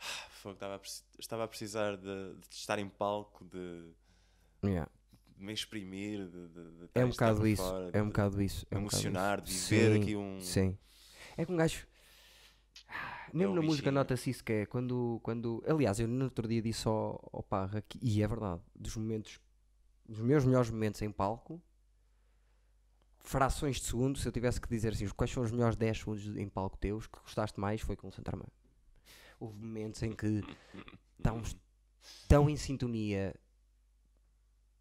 "Ah, fogo, estava, a, preci- estava a precisar de, de estar em palco, de, Yeah. de me exprimir, de, de, de É estar um bocado para isso. fora, É um de- bocado isso. É um bocado emocionar, de isso. viver Sim, aqui um. Sim. É que um gajo. Mesmo um na música bichinho. nota-se isso que é quando, quando. Aliás, eu no outro dia disse ao, ao Parra que, e é verdade, dos momentos, dos meus melhores momentos em palco, frações de segundo, se eu tivesse que dizer assim, quais são os melhores 10 segundos em palco teus que gostaste mais, foi com o Santarmã. Houve momentos em que estávamos tão em sintonia,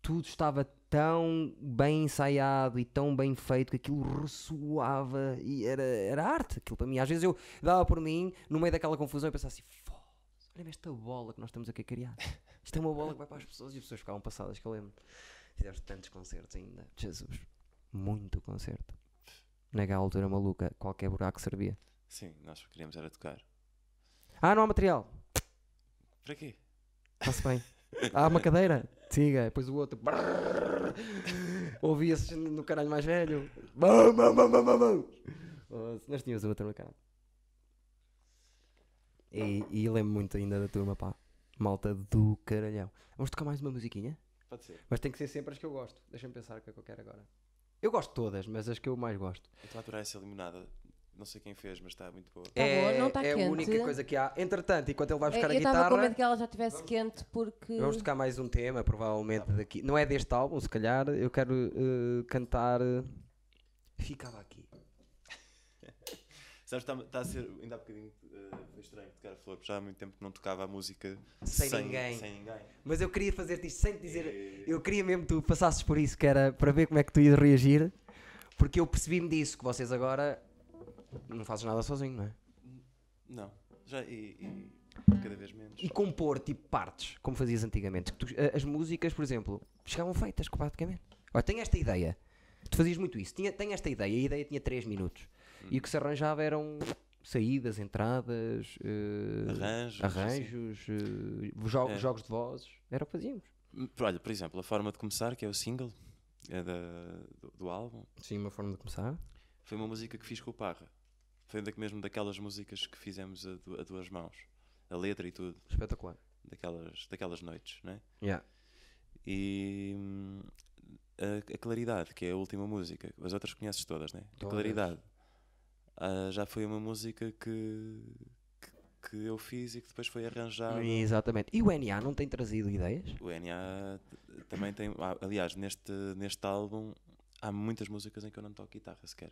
tudo estava tão bem ensaiado e tão bem feito que aquilo ressoava e era, era arte. Aquilo para mim, às vezes eu dava por mim no meio daquela confusão e pensava assim: "Foda-se, olha-me esta bola que nós estamos aqui a criar. Isto é uma bola que vai para as pessoas e as pessoas ficavam passadas, que eu lembro. Fizemos tantos concertos ainda, Jesus, muito concerto. Naquela altura maluca, qualquer buraco servia. Sim, nós queríamos era tocar. Ah, não há material. Para quê? Está-se bem. Há uma cadeira? Siga. Depois o outro. Ouvia-se no caralho mais velho. Bum, bum, bum, bum, bum, bum. Foda-se, Nós tínhamos uma turma, caralho. E, e lembro muito ainda da turma, pá. Malta do caralhão. Vamos tocar mais uma musiquinha? Pode ser. Mas tem que ser sempre as que eu gosto. Deixa-me pensar o que é que eu quero agora. Eu gosto de todas, mas as que eu mais gosto. Então, aturar essa limonada Não sei quem fez, mas está muito boa. Tá boa, não tá é quente. É, a única coisa que há. Entretanto, enquanto ele vai buscar eu a estava com guitarra, medo que ela já estivesse quente porque. vamos tocar mais um tema, provavelmente daqui. Não é deste álbum, se calhar. Eu quero eh, cantar. eh, Ficava aqui. Sabes, está a ser ainda há bocadinho eh, foi estranho tocar a flor, porque já há muito tempo que não tocava a música Sem ninguém. Sem ninguém. Mas eu queria fazer-te isto sem te dizer. Eu queria mesmo que tu passasses por isso, que era para ver como é que tu ias reagir. Porque eu percebi-me disso, que vocês agora não fazes nada sozinho, não é? Não. Já, e, e cada vez menos. E compor, tipo, partes, como fazias antigamente. Tu- a- as músicas, por exemplo, chegavam feitas, praticamente. Olha, tenho esta ideia. Tu fazias muito isso. Tinha, tenho esta ideia. E a ideia tinha 3 minutos. E o que se arranjava eram saídas, entradas, eh, Arranjos. assim. arranjos, eh, jo- É. jogos de vozes. Era o que fazíamos. assim. Por- Olha, por exemplo, a forma de começar, que é o single é da, do, do álbum, Sim, uma forma de começar. foi uma música que fiz com o Parra. Foi da- mesmo daquelas músicas que fizemos a, du- a duas mãos. A letra e tudo, Espetacular. daquelas, daquelas noites, não é? Yeah. E hum, a, a Claridade, que é a última música, as outras conheces todas, né? A Todas. Claridade ah, já foi uma música que, que, que eu fiz e que depois foi arranjada. Exatamente. E o NA não tem trazido ideias? O NA t- também tem. ah, Aliás, neste, neste álbum há muitas músicas em que eu não toco guitarra sequer.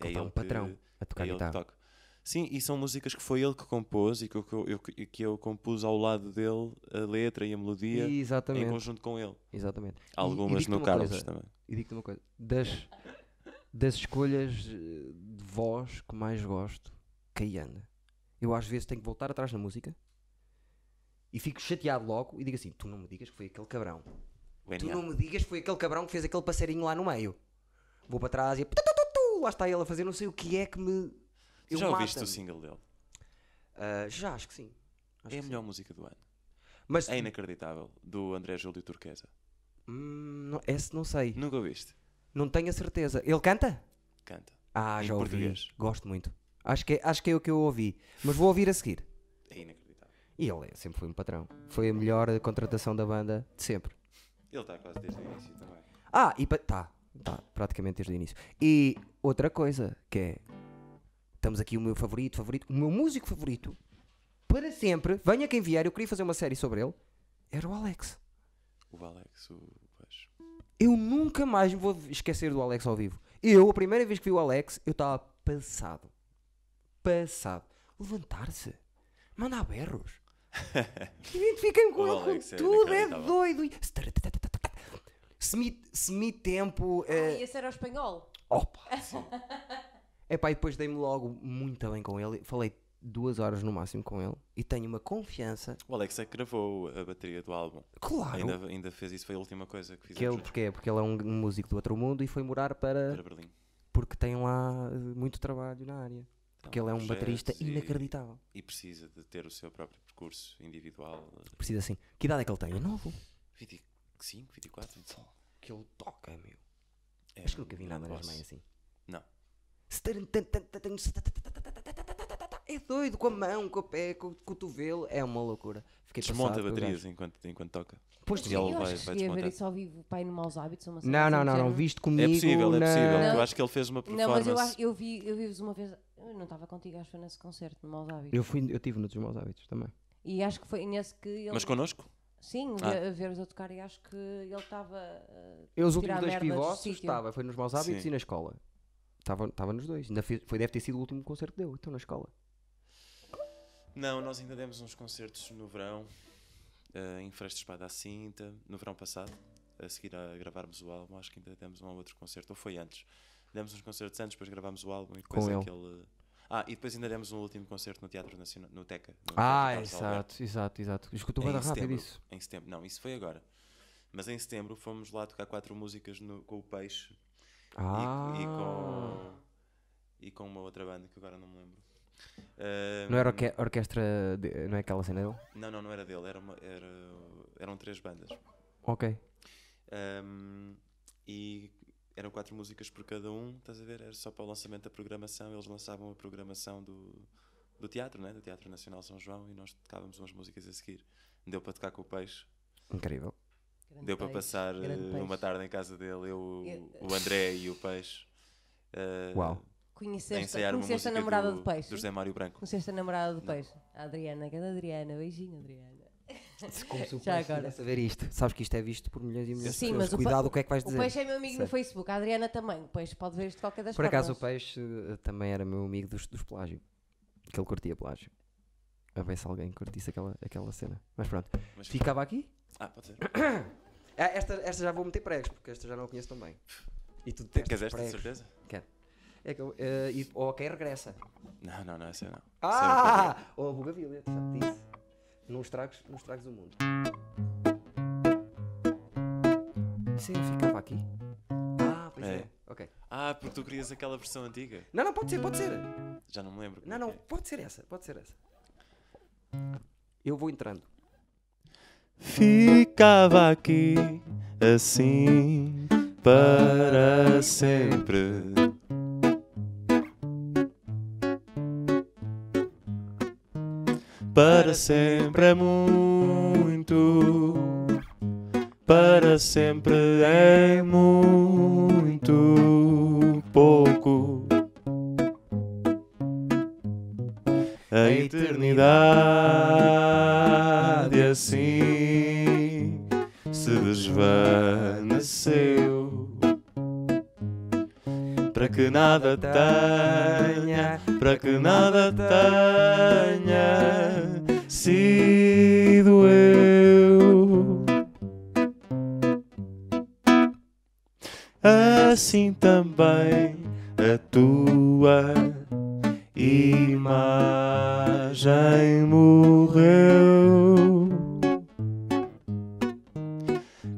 É Ele tá um que- patrão a tocar é ele que guitarra. toca. Sim, e são músicas que foi ele que compôs e que eu, que eu- eu- que- que eu compus ao lado dele a letra e a melodia em Exatamente. conjunto com ele. Exatamente. E- e Algumas digo-te no uma Carlos coisa, também. E digo-te uma coisa: das, das escolhas eh, de voz que mais gosto, que aí anda. Eu às vezes tenho que voltar atrás na música e fico chateado logo e digo assim: tu não me digas que foi aquele cabrão. O Tu NA. não me digas que foi aquele cabrão que fez aquele passarinho lá no meio. Vou para trás e. é tu-tu-tu-tu, Lá está ele a fazer não sei o que é que me. Tu eu já ouviste mata-me. o single dele? Ah, já, acho que sim. Acho é a que sim. melhor música do ano. Mas É inacreditável. Do André Júlio Turquesa. Hum, não- esse não sei. Nunca ouviste? Não tenho a certeza. Ele canta? Canta. Ah, Em já ouvi. português. Gosto muito. Acho que, é- acho que é o que eu ouvi. Mas vou ouvir a seguir. É inacreditável. E ele é- sempre foi um patrão. Foi a melhor eh, contratação da banda de sempre. Ele está quase desde o início também. Ah, e pa- tá, tá, praticamente desde o início. E outra coisa que é. Estamos aqui o meu favorito, favorito, o meu músico favorito, para sempre, venha quem vier, eu queria fazer uma série sobre ele. Era o Alex. O Alex, o baixo. Eu nunca mais me vou esquecer do Alex ao vivo. Eu, a primeira vez que vi o Alex, eu estava passado. Passado. Levantar-se. Mandar berros. Identifiquem-me com O ele Alex com é tudo. É inacreditável. doido. E- Semi, semi tempo. Ah, e esse era o espanhol. Opa! É pá, e depois dei-me logo muito bem com ele. Falei duas horas no máximo com ele. E tenho uma confiança. O Alex é que gravou a bateria do álbum. Claro. Ainda, ainda fez isso, foi a última coisa que Que fizemos ele, juntos porquê? Porque ele é um, um músico do outro mundo e foi morar para para Berlim. porque tem lá eh, muito trabalho na área. Porque Então, ele é um baterista projetos e- inacreditável. E precisa de ter o seu próprio percurso individual. Precisa assim. Que idade é que ele tem? É novo. 25, 24, Que ele toca, meu. é Acho que nunca vi um nada das grande mães boss. assim. Não. É doido com a mão, com o pé, com o cotovelo. É uma loucura. Fiquei Desmonta passado com o baterias enquanto, enquanto toca. gajo. Pois E ele eu vai- acho que cheguei a vai ver desmontar. isso ao vivo, pai, no Maus Hábitos. ou uma cena Não, assim não, do não, não. género. Viste comigo. É possível, é na- possível. Não. Eu acho que ele fez uma Não, performance. mas eu, acho- eu vi, eu vi-vos uma vez. Eu não estava contigo, acho que foi nesse concerto, no Maus Hábitos. Eu, fui, eu tive nos maus hábitos também. E acho que foi nesse que ele. Mas connosco? Sim, Ah. a- a ver-vos a tocar e acho que ele estava. ah, Eu, os Tirar últimos dois merda do pivós, sítio. estava. Foi nos maus hábitos Sim. e na escola. Estava, estava nos dois. Ainda fez- foi, deve ter sido o último concerto que deu. Então na escola. Não, nós ainda demos uns concertos no verão, eh, em Freixo de Espada à Cinta, no verão passado, a seguir a gravarmos o álbum, acho que ainda demos um ou outro concerto, ou foi antes. Demos uns concertos antes, depois gravámos o álbum e depois Com ele. aquele. Ah, e depois ainda demos um último concerto no Teatro Nacional, no Teca. no Ah, Teatro Carlos Alberto, exato, exato, exato. Escutou em bem rápido setembro, isso. Em setembro, não, isso foi agora. Mas em setembro fomos lá tocar quatro músicas no- com o Peixe e- Ah, e, com. E com uma outra banda que agora não me lembro. Eh, não era orque- orquestra, de- não é aquela cena dele? Não, não, não era dele, era uma- era- eram três bandas. Ok. Ahm, e eram quatro músicas por cada um, estás a ver? Era só para o lançamento da programação, eles lançavam a programação do, do teatro, né? do Teatro Nacional São João, e nós tocávamos umas músicas a seguir. Deu para tocar com o Peixe, Incrível. grande deu para peixe, passar grande eh, peixe. uma tarde em casa dele, eu, Eu- o André e o Peixe. Ah, Uau. a Conheceste, ensaiar uma conheceste música a namorada do, do peixe? do José Mário Branco. Conheceste a namorada do peixe? A Adriana, grande Adriana, beijinho Adriana. Como se o Já peixe agora. tivesse a ver isto. Sabes que isto é visto por milhões e milhões Sim, de mas pessoas. o pe- Cuidado o que é que vais O dizer. peixe é meu amigo no Sei. Facebook, a Adriana também. O peixe pode ver isto de qualquer das Por acaso o formas. peixe eh, também era meu amigo dos, dos plágio. Que ele curtia plágio. A ver se alguém curtisse aquela, aquela cena. Mas pronto. Mas- Ficava aqui. Ah, pode ser. Ah, esta, esta já vou meter pregos, porque esta já não a conheço também. E tu detestas Queres esta, de pregos. certeza? É que eu, eh, e- ou quem regressa. Não, não, não, essa não. Essa é outra. Ah! Ou a Bugavilha, já te disse. Não estragues, não estragues o mundo. Sim, ficava aqui. Ah, pois é. É. Ok. Ah, porque tu querias aquela versão antiga. Não, não, pode ser, pode ser. Já não me lembro. como Não, é não, que é. pode ser essa, pode ser essa. Eu vou entrando. Ficava aqui assim para sempre. Para sempre é muito. Para sempre é muito pouco. A eternidade assim se desvaneceu para que nada tenha, para que nada tenha sido eu. Assim também a tua imagem morreu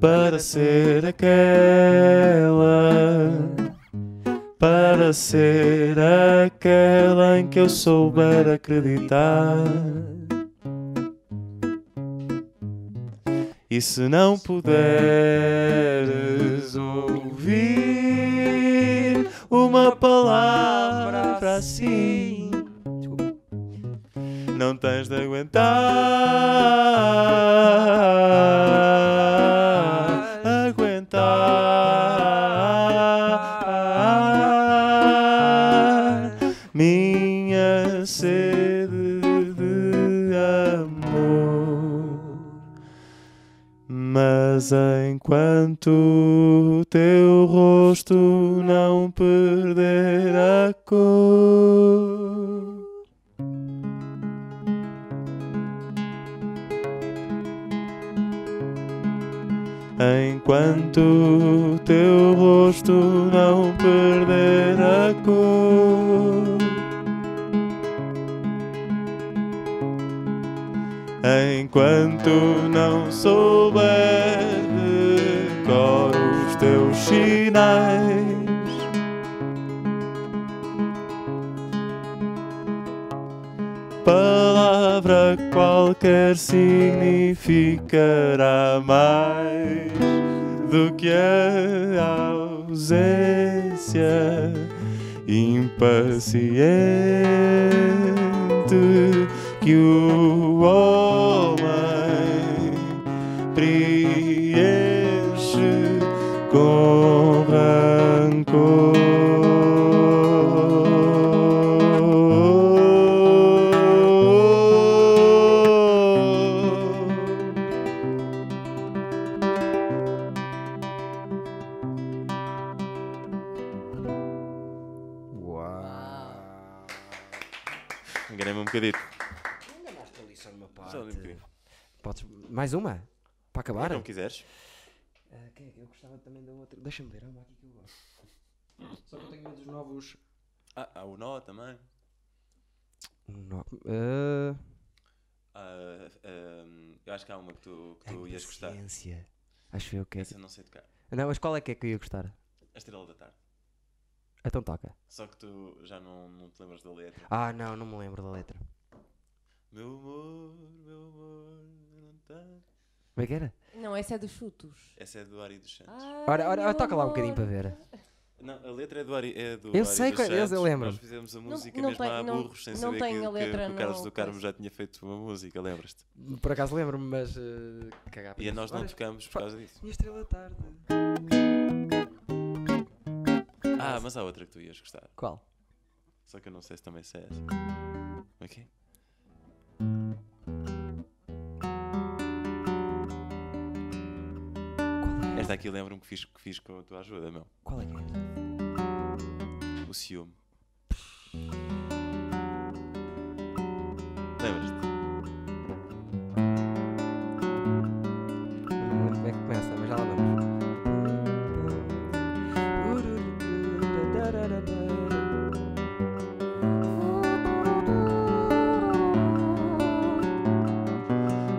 para ser aquela, para ser aquela em que eu souber acreditar. E se não puderes ouvir uma palavra assim, Desculpa. não tens de aguentar. Aguentar minha sede de amor. Mas enquanto o teu rosto não perder a cor. Enquanto o teu rosto não perder a cor, enquanto não souber de cor os teus sinais, palavra qualquer significará mais do que a ausência impaciente que o homem preenche com rancor. Uau! Enganei-me um bocadito. Ainda é mais uma lição numa parte. Já li um bocadinho. Podes... Mais uma? Para acabar? Não quiseres? Ah, quem é que eu gostava também da outra? Deixa-me ver, há uma aqui que eu gosto. Só que eu tenho medo dos novos. Ah, há o Nó também. Um No... Ah, Ah, ah, eu acho que há uma que tu, que tu ai, ias gostar. paciência. Acho eu que é. Essa eu não sei tocar. Não, mas qual é que é que eu ia gostar? A Estrela da Tarde. Então toca. Só que tu já não, não te lembras da letra. Ah, não, não me lembro da letra. Meu amor, meu amor, não tá. Como é que era? Não, essa é dos chutos. Essa é do Ari dos Santos. Ora, Ai, ora, meu ora, toca lá um amor. bocadinho para ver. Não, a letra é do Ari. É do Eu Ari sei dos qual- eu- eu Santos. lembro. Nós fizemos a música não mesmo tem- a não- burros, sem não saber tem que, a que- letra que o Carlos no do Carmo coisa. já tinha feito uma música, lembras-te? Por acaso lembro-me, mas. ah, cagar para E a isso. nós não Ora, tocamos por fa- causa disso. Minha estrela da tarde. Ah, mas há outra que tu ias gostar. Qual? Só que eu não sei se também sei essa. Como é que é? Qual é? Esta aqui lembro-me que fiz, que fiz com a tua ajuda, meu. Qual é que é? O ciúme. Lembras-te? Eu Não lembro como é que começa, mas já lá vamos.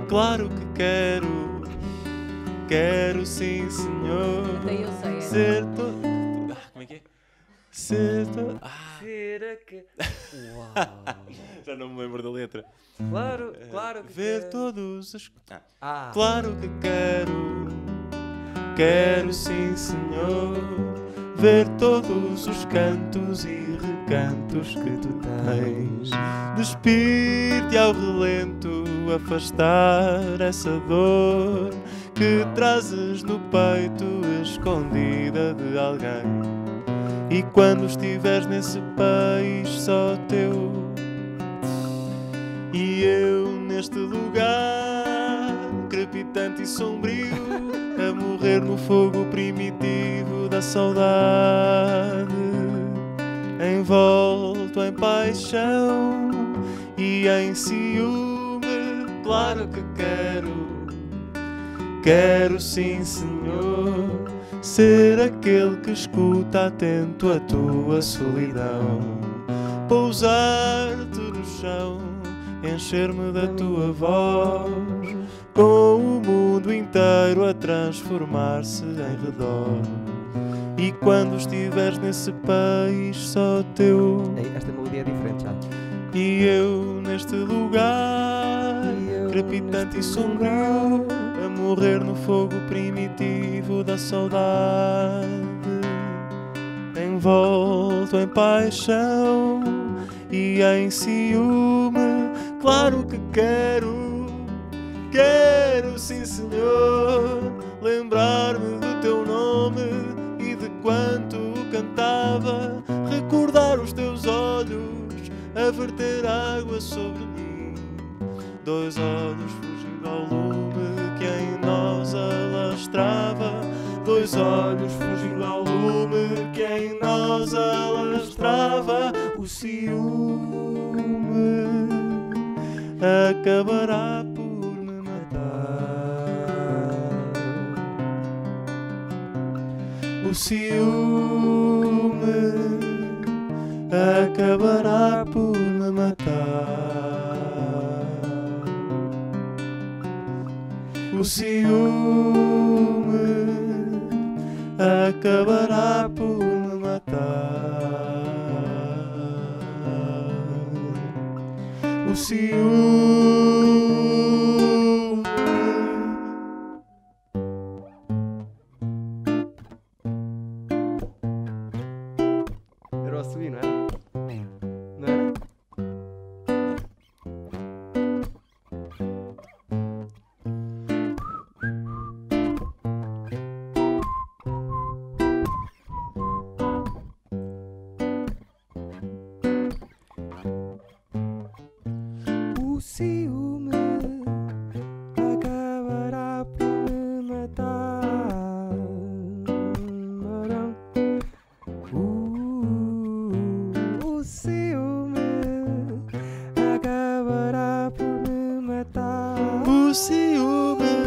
Claro que quero, quero sim, senhor. Até eu sei. é. Ser todo. Ah, como é que é? Ser todo. Ah, Uau. já não me lembro da letra. Claro, claro que Ver quer. todos os. Ah, Claro que quero, quero sim, senhor. Ver todos os cantos e recantos que tu tens. Despir-te ao relento, afastar essa dor que trazes no peito, escondida de alguém. E quando estiveres nesse país só teu E eu neste lugar Crepitante e sombrio A morrer no fogo primitivo da saudade Envolto em paixão E em ciúme Claro que quero Quero sim, Senhor, ser aquele que escuta atento a tua solidão. Pousar-te no chão, encher-me da tua voz, com o mundo inteiro a transformar-se em redor. E quando estiveres nesse país só teu, Ei, esta melodia é diferente já. e eu neste lugar, crepitante e sombrio, a morrer no fogo primitivo da saudade, envolto em paixão e em ciúme. Claro que quero, quero sim, senhor, lembrar-me do teu nome e de quanto cantava, recordar os teus olhos a verter água sobre mim. Dois olhos fugindo ao lume que em nós alastrava. Dois olhos fugindo ao lume que em nós alastrava. O ciúme acabará por me matar. O ciúme acabará por me matar. O ciúme acabará por me matar. O ciúme. Era o assobio, não era? Não era? O ciúme acabará por me matar. O, o ciúme acabará por me matar. O ciúme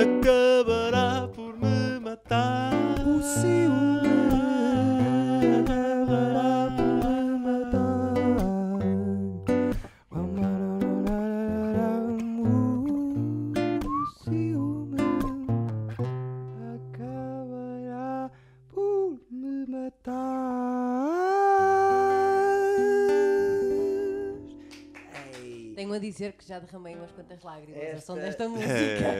acabará por me matar. O ciúme acabará por me matar. O ciúme acabará por me matar. Ei. Tenho a dizer que já derramei umas quantas lágrimas ao som Esta- desta música. Tive que me É...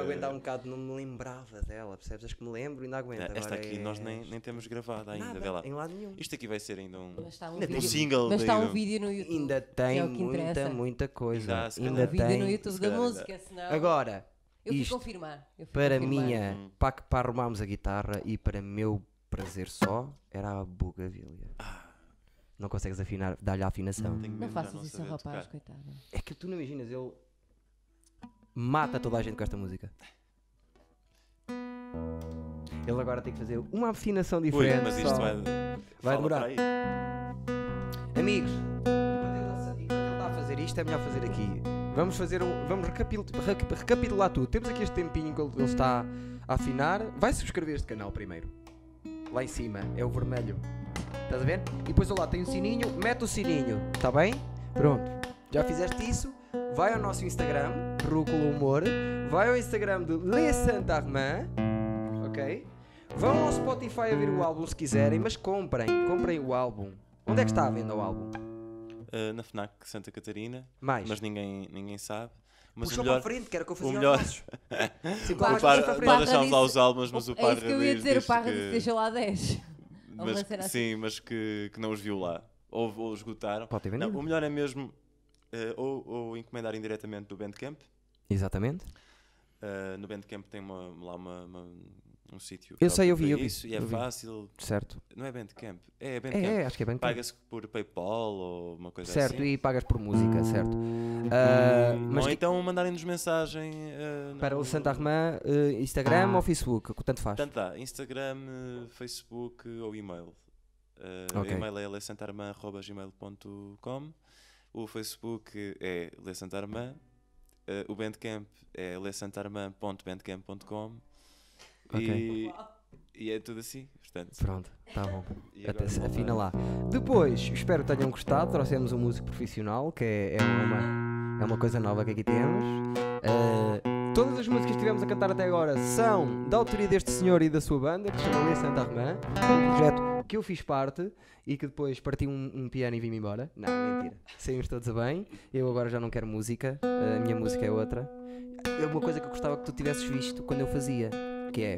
aguentar um bocado, não me lembrava dela, percebes? Acho que me lembro e ainda aguento. Ah, Esta Agora aqui é- nós nem, nem temos gravada ainda, Nada, vê lá. Em lado nenhum. Isto aqui vai ser ainda um. Mas está um Ainda tem vídeo. um single mas está um daí, vídeo no YouTube. Ainda que tem é o que muita, interessa. muita coisa. Ainda há, se Ainda, Um calhar. vídeo tem. no YouTube se da calhar ainda. música, senão. Agora, eu fui isto, confirmar. Eu fui para confirmar. minha, Hum. para, que- para Ah. arrumarmos a guitarra e para meu prazer só, era a bugavilha. Não consegues afinar, dar-lhe a afinação. Tenho Não medo de já faças isso ao saber rapaz, tocar. coitado. É que tu não imaginas, ele mata toda a gente com esta música. Ele agora tem que fazer uma afinação Ui, diferente. mas isto é só. vai. fala demorar. para aí. Amigos, enquanto ele está- enquanto ele está a fazer isto, é melhor fazer aqui. Vamos fazer um. Vamos recapitu- reca- recapitular tudo. Temos aqui este tempinho que ele ele está a afinar. Vai subscrever este canal primeiro. Lá em cima, é o vermelho. Estás a ver? E depois olha lá tem um sininho, mete o sininho, está bem? Pronto. Já fizeste isso? Vai ao nosso Instagram, Rúculo Humor. Vai ao Instagram de Lê Santa Armã. Ok? Vão ao Spotify a ver o álbum se quiserem, mas comprem, comprem o álbum. Onde é que está a venda o álbum? Ah, na FNAC Santa Catarina, Mais. mas ninguém, ninguém sabe. Mas Puxa o melhor. para a frente, que era o que eu o fazia aos melhor- nossos. Sim, Pá, O claro, Parra para disse- par, frente. nós deixámos disse- lá os álbuns, mas o é isso Parra que eu ia diz- dizer, o diz Parra que- disse, deixa lá 10. Ou mas, uma cena assim. Sim, mas que, que não os viu lá. Ou, ou esgotaram. Pode ter Não, vendido. o melhor é mesmo eh, ou, ou encomendarem diretamente do Bandcamp. Exatamente. Eh, no Bandcamp tem uma- lá uma- uma- um sítio. Eu sei, eu próprio vi, eu para vi, isso, E é eu vi. fácil. Certo. Não é Bandcamp. É É, Bandcamp. é, acho que é bem. Paga-se por PayPal ou uma coisa Certo, assim. e pagas por música, certo. Hum, Ah, mas ou que- então mandarem-nos mensagem eh, para no- o Santa Armã, eh, Instagram ou Facebook, o tanto faz. Ah. Tanto dá, Instagram, eh, Facebook eh, ou e-mail. Eh, Ok. O e-mail é lesantarmã.gmail.com O Facebook é lesantarmã. Eh, o Bandcamp é lesantarmã.bandcamp.com Ok. e, e é tudo assim, portanto. Pronto, tá bom. E Até agora se- vou afina lá. lá. Depois, espero que tenham gostado. Trouxemos um músico profissional, que é, é uma, é uma coisa nova que aqui temos. Ah, todas as músicas que tivemos a cantar até agora são da autoria deste senhor e da sua banda, que se chama Lê Santa Armã. Um projeto que eu fiz parte e que depois parti um, um piano e vim-me embora. Não, mentira. Saímos todos a bem. Eu agora já não quero música. A minha música é outra. É uma coisa que eu gostava que tu tivesses visto quando eu fazia, que é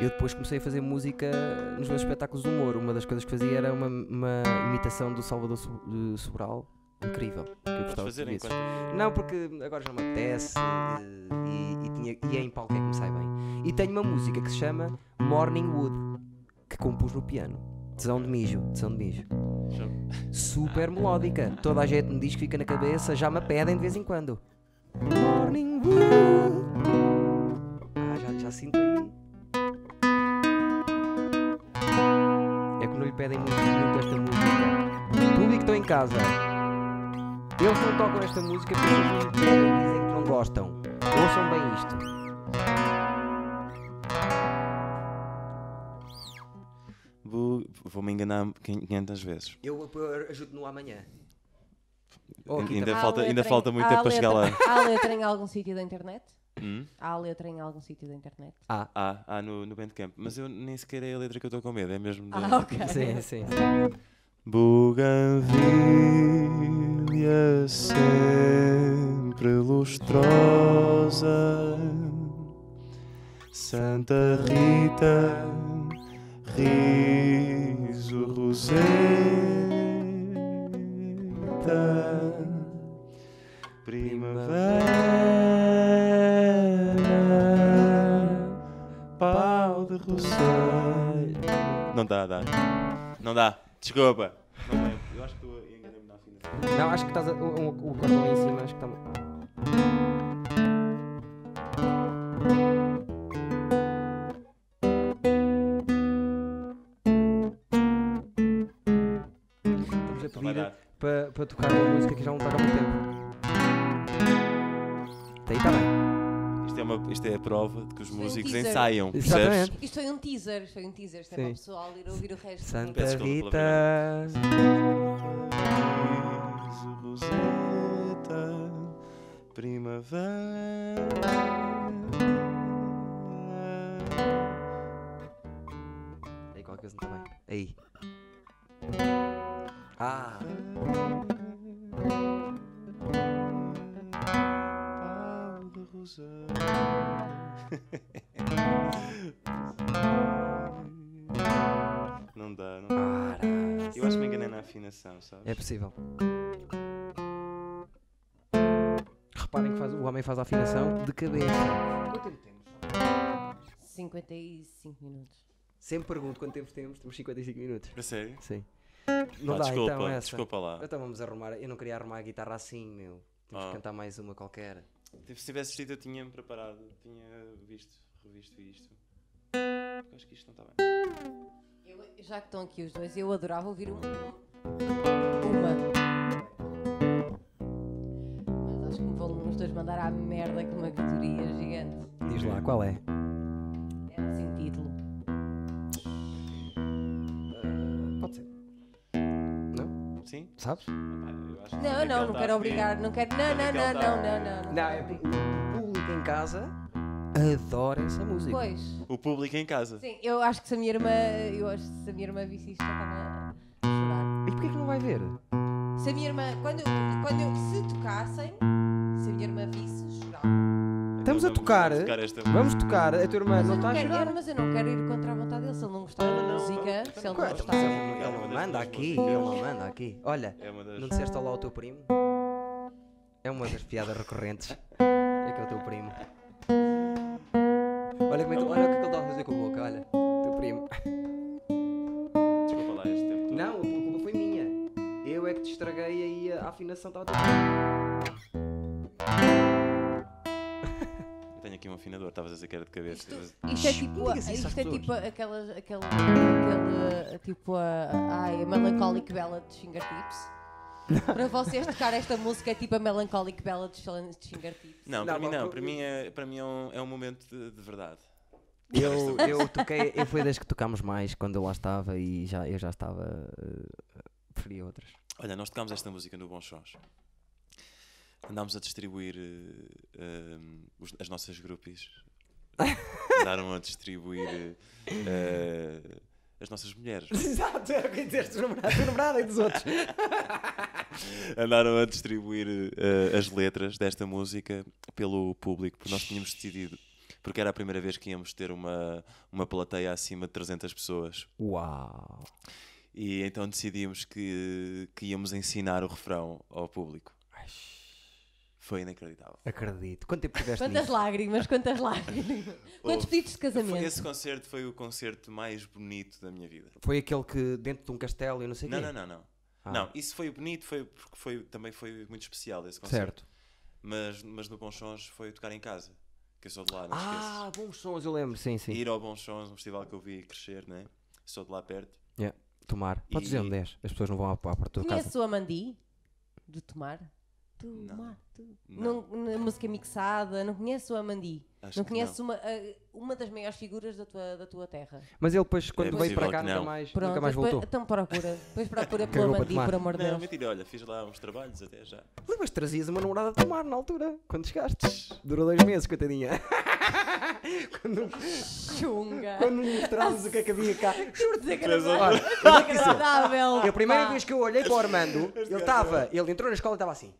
eu depois comecei a fazer música nos meus espetáculos de humor. Uma das coisas que fazia era uma, uma imitação do Salvador So- de Sobral. Incrível. Que eu Podes gostava fazer de enquanto. Não, porque agora já me apetece eh, e, e tinha- e é em palco é que me sai bem. E tenho uma música que se chama Morning Wood, que compus no piano. Tesão de mijo, tesão de mijo. Já- Super melódica. Toda a gente me diz que fica na cabeça, já me pedem de vez em quando. Morning Wood. Ah, já, já sinto aí. É que não lhe pedem muito, muito esta música. Público, estão em casa. Eles não tocam esta música porque eles não lhe pedem, dizem que não gostam. Ouçam bem isto. Vou- Vou-me enganar 500 vezes. Eu, eu ajudo no amanhã. Ou aqui ainda também. Há falta, ainda letra em- falta muito há tempo para chegar lá. letra- Há letra em algum sítio da internet? Hum? Há letra em algum sítio da internet? Ah, Há, há no, no Bandcamp. Mas eu nem sequer é a letra que eu estou com medo, é mesmo. de- Ah, ok. sim, sim. Buganvília sempre lustrosa, Santa Rita, riso roseta, primavera, pau de roseiro. Não dá, dá. Não dá. Desculpa. Não dá. Eu acho que estou enganei-me na afinação. Não, acho que estás a, o, o, o cordão aí em cima, acho que tá está. Estamos a Não vai pedir dar. para para tocar uma música que já não toca há muito tempo. Até aí está bem. Isto é, uma, isto é a prova de que os Isto é um músicos teaser. ensaiam, percebes? Exatamente. Isto foi um teaser, isto foi um teaser, isto é para o Sim. pessoal ir ouvir o resto. Santa Peço desculpa Rita. Sorriso, Roseta, primavera. Aí qualquer coisa não está bem. Aí. Ah! Pau de roseiro. Não dá, não dá. Para. Eu acho que me enganei na afinação, sabes? É possível. Reparem que faz- o homem faz a afinação de cabeça. 55 minutos. Sempre pergunto quanto tempo temos, temos 55 minutos. A sério? Sim. Não Pá, dá, Ah, desculpa, então essa. desculpa lá. Então vamos arrumar. Eu não queria arrumar a guitarra assim, meu. Temos Ah. que cantar mais uma qualquer. Tipo, Se tivesse assistido, eu tinha-me preparado, tinha visto, revisto isto. Porque acho que isto não está bem. Eu- já que estão aqui os dois, eu adorava ouvir um- uma. Mas acho que me vão os dois mandar à merda com uma categoria gigante. Diz lá, qual é? Era sem título. pode ser. Não? Sim? Sabes? Epá, eu acho que Não, Raquel não, não tá quero a obrigar, não quero. Não, não, não, não, não, não. Não, é porque o público em casa adora essa música. Pois. pedir. O público em casa. Sim, eu acho que se a minha irmã. Eu acho que se a minha irmã visse isto, ela estava a chorar. E porquê que não vai ver? Se a minha irmã. Quando, quando eu- se tocassem, se a minha irmã visse, chorava. Então Estamos a vamos- tocar. eh? Vamos tocar esta Vamos tocar. A tua irmã Mas não eu está a quero, chorar? é, mas eu não quero ir contra a vontade dele. Se ele não gostar da não, não, música, não, se ele não, não Claro, Ela mas é gostar. ele, ele não manda aqui, ele não manda aqui. Olha, É uma das. não disseste olá ao teu primo? É uma das piadas recorrentes. É que é o teu primo. Olha, como é que, olha o que é que ele está a fazer com a boca, olha. Teu primo. Desculpa lá este tempo. todo. Não, a culpa foi minha. Eu é que te estraguei aí a a afinação tá estava Eu tenho aqui um afinador, estavas a dizer que era de cabeça. Isto, mas- isto é tipo, digas isso às isto é pessoas. tipo aquelas, aquela, aquele, tipo a, ai, a Melancholic Bella de Fingertips. Para vocês tocar esta música é tipo a Melancholic Bella de Fingertips. Não, Não, para mim pá, não. eu- Para mim é, para mim é, um, é um momento de, de verdade. Eu, eu toquei, eu fui das que tocámos mais quando eu lá estava e já, eu já estava. eh, preferia outras. Olha, nós tocámos esta música no Bons Sons. Andámos a distribuir eh, ehm, os- as nossas grupos. Andaram a distribuir eh, eh, as nossas mulheres. Exato, era o que disseste, namorada e dos outros. Andaram a distribuir eh, as letras desta música pelo público, porque nós tínhamos decidido. Porque era a primeira vez que íamos ter uma, uma plateia acima de 300 pessoas. Uau! E então decidimos que, que íamos ensinar o refrão ao público. Foi inacreditável. Acredito. Quanto tempo tiveste Quantas nisso? lágrimas, quantas lágrimas. Quantos Houve. pedidos de Foi, casamento? esse concerto foi o concerto mais bonito da minha vida. Foi aquele que dentro de um castelo e não sei o quê? Não, não, não, não. Ah. Não, isso foi bonito, foi porque foi, também foi muito especial esse concerto. Certo. Mas, mas no Bons Sons foi tocar em casa, que eu sou de lá, não Ah, esqueças. bons sons, eu lembro. Sim, sim. Ir ao Bons Sons, um festival que eu vi crescer, né? Sou de lá perto. Yeah. Tomar. E- Podes dizer onde és? As pessoas não vão à à porta da tua casa. Conheço a Mandi do Tomar. Tomar. tu- Não. na música mixada, não conheço o Amandi. Acho Não que conheço Uma, a- uma das maiores figuras da tua, da tua terra. Mas ele depois, quando veio É possível para cá, que nunca não. mais, Pronto, nunca mais depois- voltou. Então procura. Depois procura Cagou pelo para Amandi, tomar. por amor de Não, Deus. mentira, olha, fiz lá uns trabalhos até já. Mas trazias uma namorada a tomar na altura, quando chegaste. Durou dois meses, coitadinha. quando, Chunga. quando me mostrávamos o que é que havia cá. Juro Olha, desagradável. eu vou dizer. Desagradável. E a primeira pá. vez que eu olhei para o Armando, ele é estava, ele entrou na escola e estava assim.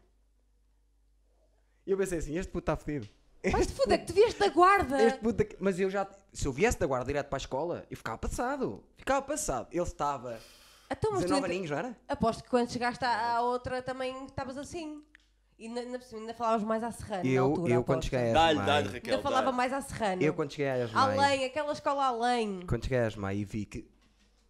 E eu pensei assim, este puto está fedido. Mas te foda que te vieste da guarda. Este puto daqui- Mas eu já. Se eu viesse da guarda direto para a escola, eu ficava passado. Ficava passado. Ele estava Então, mas tu 19 entra- aninhos, não era? Aposto que quando chegaste à, à outra também estavas assim. E na, na, ainda falavas mais à Serrana. na Eu, altura, eu quando aposto. cheguei a Dá-lhe, dá-lhe, Esmaí. Raquel. Ainda falava dá-lhe. mais à Serrana. Eu quando cheguei a Esmaí. Além, aquela escola além. Quando cheguei a Esmaí e vi que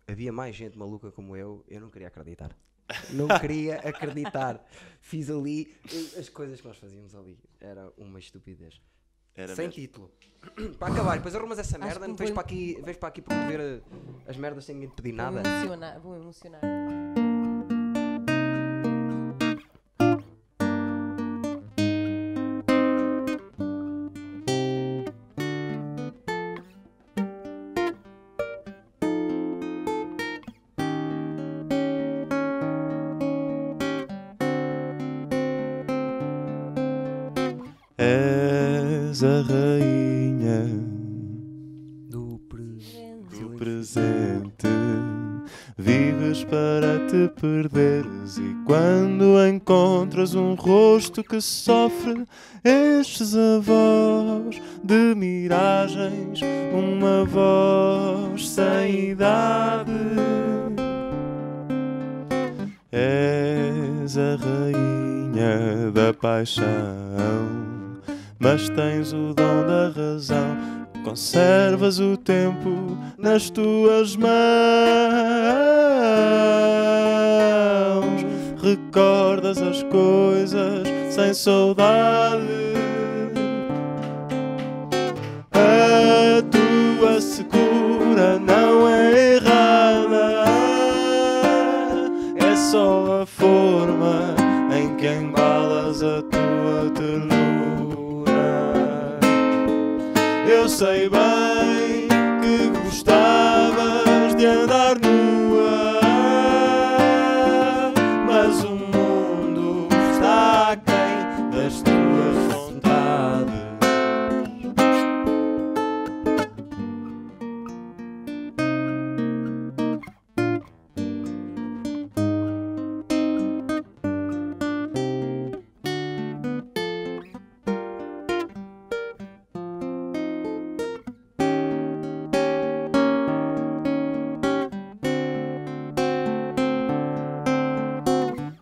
havia mais gente maluca como eu, eu não queria acreditar. Não queria acreditar. Fiz ali. eu- As coisas que nós fazíamos ali era uma estupidez. Era sem mesmo. título. para acabar, depois arrumas essa Acho merda, que não vens vou- para aqui, vens para aqui promover eh, as merdas sem ninguém te pedir nada. Vou emocionar. Vou emocionar. És a rainha Do pre- do presente. Vives para te perderes e quando encontras um rosto que sofre, enches a voz de miragens, uma voz sem idade. És a rainha da paixão mas tens o dom da razão. Conservas o tempo nas tuas mãos. Recordas as coisas sem saudade. A tua secura não é errada, é só a forma em que embalas a tua ternura. Eu sei bem que gostavas de andar nua, mas o mundo está aquém das tuas vontades.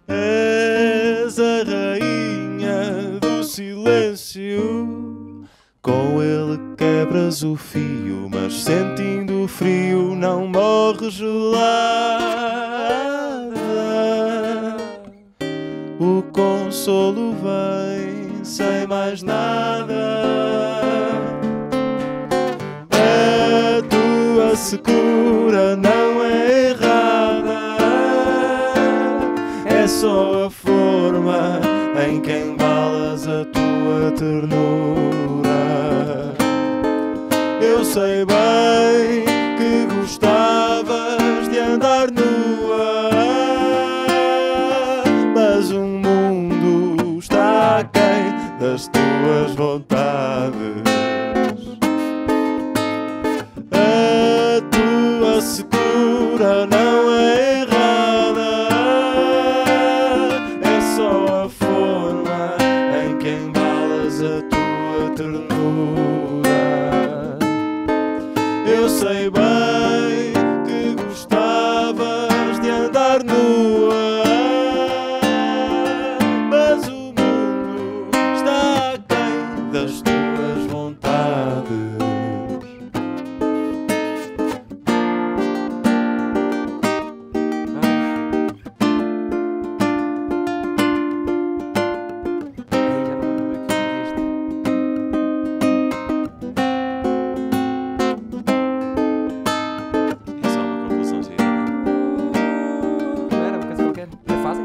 És a rainha do silêncio. Com ele quebras o fio, mas sentindo o frio não morres gelada. O consolo vem sem mais nada. A tua secura não é errada, é só a forma em que embalas a tua ternura. Eu sei bem que gostavas de andar nua, mas um o mundo está aquém das tuas vontades. A tua secura não é errada, é só a forma em que embalas a tua ternura. Eu sei bem que gostavas de andar nua, mas o mundo está aquém das tuas vontades. Ai, já não lembro bem o que é isto. É só uma conclusão gira. Não era uma coisa qualquer. Ainda fazem?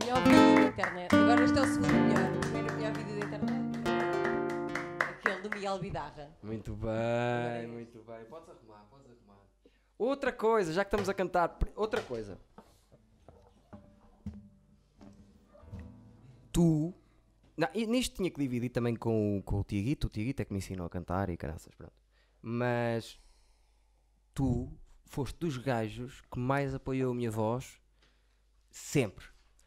Melhor vídeo da internet. Agora este é o segundo melhor. O primeiro melhor vídeo da internet. Aquele do Miguel Bidarra. Muito bem, muito bem. Podes arrumar, podes arrumar. Outra coisa, já que estamos a cantar, pr- outra coisa. Tu. Não, e nisto tinha que dividir também com, o- com o Tiaguito. O Tiaguito é que me ensinou a cantar e caraças, pronto. Mas. Tu foste dos gajos que mais apoiou a minha voz sempre.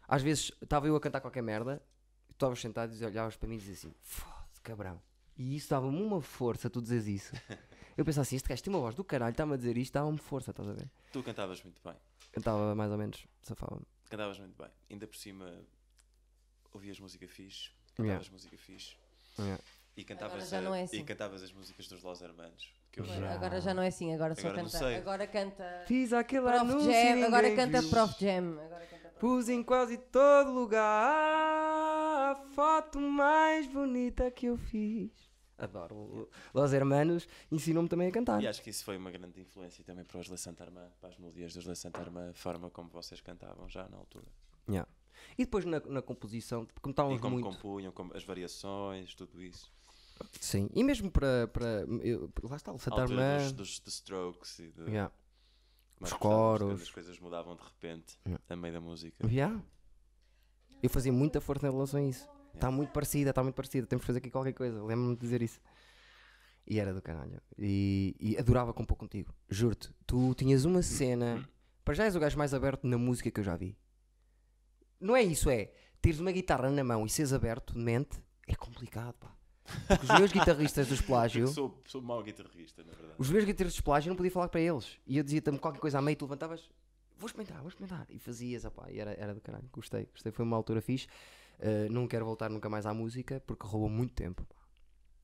Às vezes estava eu a cantar qualquer merda, tu estavas sentado e olhavas para mim e dizias assim: foda-se, cabrão. E isso dava-me uma força, tu dizes isso. Eu pensava assim: este gajo tem uma voz do caralho, está-me a dizer isto, dava-me força, estás a ver? Tu cantavas muito bem. Cantava mais ou menos, safava-me. Cantavas muito bem. Ainda por cima, ouvias música fixe, Yeah. cantavas música fixe. Yeah. E cantavas, já a- não é assim. e cantavas as músicas dos Los Hermanos. Que eu Agora- Já. Agora já não é assim, agora só Agora não canta. sei. Agora canta Fiz aquele Prof anúncio. Jam, agora ninguém canta viu. Prof Jam. Agora canta Prof Pus em quase todo lugar a foto mais bonita que eu fiz. Adoro. O- Los Hermanos ensinou-me também a cantar. E acho que isso foi uma grande influência também para os Le Santa Armã, para as melodias dos Le Santa Armã, a forma como vocês cantavam já na altura. Yeah. E depois na, na composição, como estávamos e como muito. compunham, como as variações, tudo isso. Sim, e mesmo para. para eu- lá está, o A Santa altura Armã. dos, dos, dos strokes e de Yeah. mais Os gostávamos, coros. quando As coisas mudavam de repente, Yeah. a meio da música. Yeah. Eu fazia muita força em relação a isso. Está muito parecida, está muito parecida. Temos que fazer aqui qualquer coisa. Lembro-me de dizer isso. E era do caralho. E, e adorava compor contigo. Juro-te. Tu tinhas uma cena. Para já és o gajo mais aberto na música que eu já vi. Não é isso, é. Teres uma guitarra na mão e seres aberto de mente é complicado, pá. Porque os meus guitarristas dos Eu plágio, sou, sou mau guitarrista, na verdade. os meus guitarristas dos plágio, eu não podia falar para eles. E eu dizia-te qualquer coisa à meio, tu levantavas, vou experimentar, vou experimentar. E fazias, opá, e era, era do caralho. Gostei, gostei. Foi uma altura fixe. Uh, não quero voltar nunca mais à música porque roubou muito tempo. pá.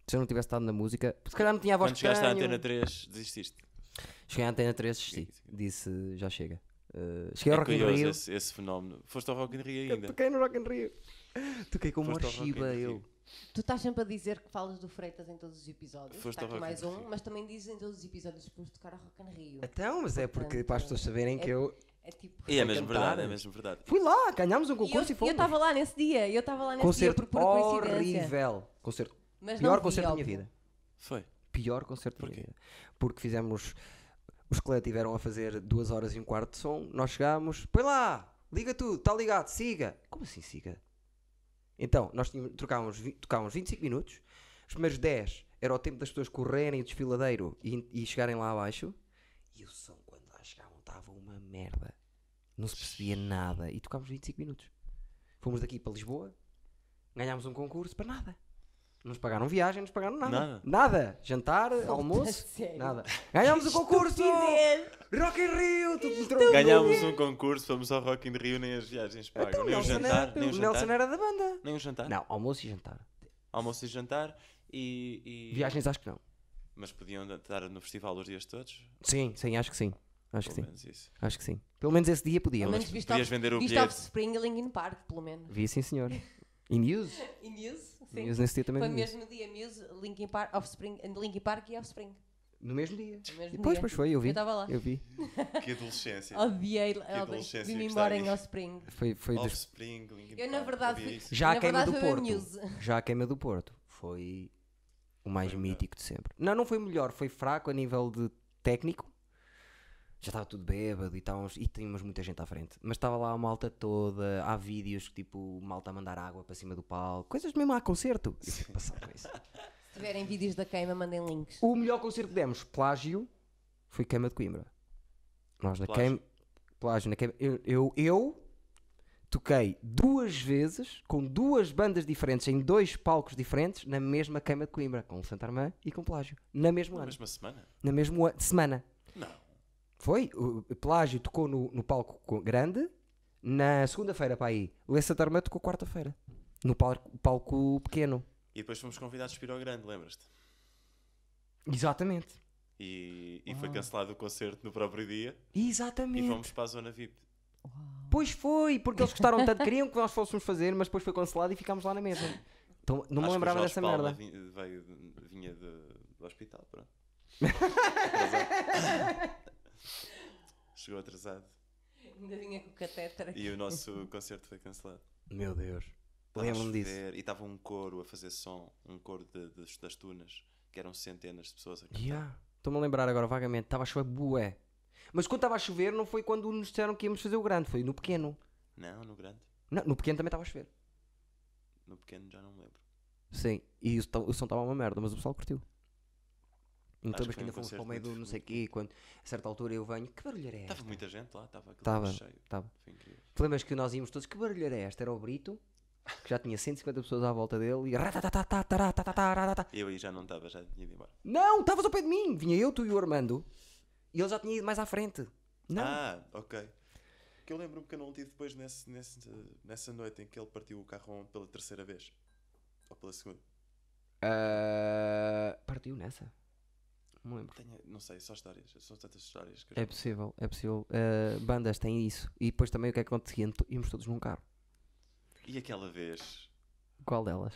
Se eu não tivesse estado na música, se calhar não tinha a voz Quando que chegaste à tenho. antena 3, desististe. Cheguei à antena 3, desisti. Sim, sim. Disse, já chega. Uh, cheguei ao é Rock in curioso Rio. esse, esse fenómeno. Foste ao Rock in Rio ainda. Toquei no Rock in Rio. Toquei com o Foste ao Rock in Morshiba, Rio. eu. Tu estás sempre a dizer que falas do Freitas em todos os episódios. Foste Está ao aqui Rock in mais um, Rio. mas também dizes em todos os episódios depois de tocar a Rock in Rio. Então, mas é porque para as pessoas saberem que É- eu É tipo... E é mesmo cantar. verdade, é mesmo verdade. fui lá, ganhámos um E eu concurso e, eu fomos. estava lá nesse dia, eu estava lá nesse Concerto dia por pura coincidência. horrível. Concerto. Mas não Pior vi, concerto da minha óbvio. vida. Foi. Pior concerto da minha Porquê? vida. Porque fizemos. Os colegas tiveram a fazer duas horas e um quarto de som. Nós chegámos, põe lá, liga tudo, está ligado, siga. Como assim siga? Então, nós tínhamos, trocávamos, vi- tocávamos 25 minutos. Os primeiros 10 era o tempo das pessoas correrem o desfiladeiro e, e chegarem lá abaixo. E o som, quando lá chegavam, estava uma merda. Não se percebia nada. E tocámos 25 minutos. Fomos daqui para Lisboa, ganhámos um concurso para nada. Não nos pagaram viagem, não nos pagaram nada. Nada. Jantar, almoço, sério. nada. Ganhámos o concurso! Estupidez. Rock in Rio! Tu me trouxe- Ganhámos um concurso, fomos ao Rock in Rio, nem as viagens pagam. Então, o nem o Nelson jantar, era- nem o o Nelson jantar. era da banda. Nem o jantar. Não, almoço e jantar. Almoço e jantar. E, e- Viagens acho que não. Mas podiam estar no festival os dias todos? Sim, sim, acho que sim. Acho que Pelo sim. menos isso. Acho que sim. Pelo menos esse dia Pelo podíamos. menos viste podias ao- vender o viste bilhete. Spring e Linkin Park, pelo menos. Vi sim, senhor. E Muse? E Muse, sim. Muse nesse dia também Foi vi no Muse. mesmo dia, Muse, Linkin Park, Offspring, Linkin Park e Offspring. No mesmo dia. No mesmo Depois, dia. pois foi, eu vi. Eu estava lá. Eu vi. Que adolescência. Odiei, adolescência vim que embora está em aí. Offspring. Foi, foi dos- Offspring, Linkin Eu, na Park, verdade, ouvia fui- isso. Já Na a queima verdade, do foi a Porto. Muse. Já a queima do Porto. Foi o mais Foi o melhor. mítico de sempre. Não, não foi o melhor, foi fraco a nível de técnico. Já estava tudo bêbado e estávamos, e tínhamos muita gente à frente. Mas estava lá a malta toda, há vídeos que tipo malta a mandar água para cima do palco, coisas mesmo há concerto. Eu fico passado com isso. Se tiverem vídeos da queima, mandem links. O melhor concerto que demos, plágio, foi Queima de Coimbra. Nós na Plágio. queima. Plágio, na queima. Eu, eu, eu toquei duas vezes com duas bandas diferentes, em dois palcos diferentes, na mesma queima de Coimbra, com o Santarmã e com Plágio. Na mesma Na ano, mesma semana? na mesma a- semana. Não. Foi? O o Plágio tocou no, no palco co- grande, na segunda-feira para aí. Lê Santarmã tocou quarta-feira. No palco, palco pequeno. E depois fomos convidados para ir ao grande, lembras-te? Exatamente. E, e Ah. foi cancelado o concerto no próprio dia Exatamente. e fomos para a zona VIP. Pois foi, porque eles gostaram tanto, queriam que nós fôssemos fazer, mas depois foi cancelado e ficámos lá na mesa. Então, não me Acho que o lembrava Jorge dessa Palma merda. vin- veio de- vinha de- do hospital, pronto. Chegou atrasado. Ainda vinha com o catéter. E o nosso concerto foi cancelado. Meu Deus. Estava a Lembro-me disso. chover E estava um coro a fazer som, um coro de- de- das tunas, que eram centenas de pessoas a cantar. Yeah. Estou-me a lembrar agora vagamente, estava a chover bué. Mas quando estava a chover não foi quando nos disseram que íamos fazer o grande, foi no pequeno. Não, no grande. Não, no pequeno também estava a chover. No pequeno já não me lembro. Sim, e o, som- o som estava uma merda, mas o pessoal curtiu. Acho Então, que mas que foi um ainda fomos para o concerto meio do muito- não sei o quê, quando a certa altura eu venho, que barulheira é esta? Estava muita gente lá, estava aquilo Estava, cheio. estava. Foi incrível. Tu lembras que nós íamos todos, que barulheira é esta? Era o Brito, que já tinha 150 pessoas à volta dele e. tá, ratatatatataratataratata. Eu aí já não estava, já tinha ido embora. Não, estavas ao pé de mim! Vinha eu, tu e o Armando e ele já tinha ido mais à frente. Não, Ah, ok. Que eu lembro-me que eu não tive depois nesse, nesse, nessa noite em que ele partiu o carro um pela terceira vez. Ou pela segunda. Ah, partiu nessa. Não me lembro. Tenho- não sei, só histórias. São tantas histórias que eu É já- possível, é possível. Ah, bandas têm isso. E depois também o que é que acontecia? Ent- Íamos todos num carro. E aquela vez. Qual delas?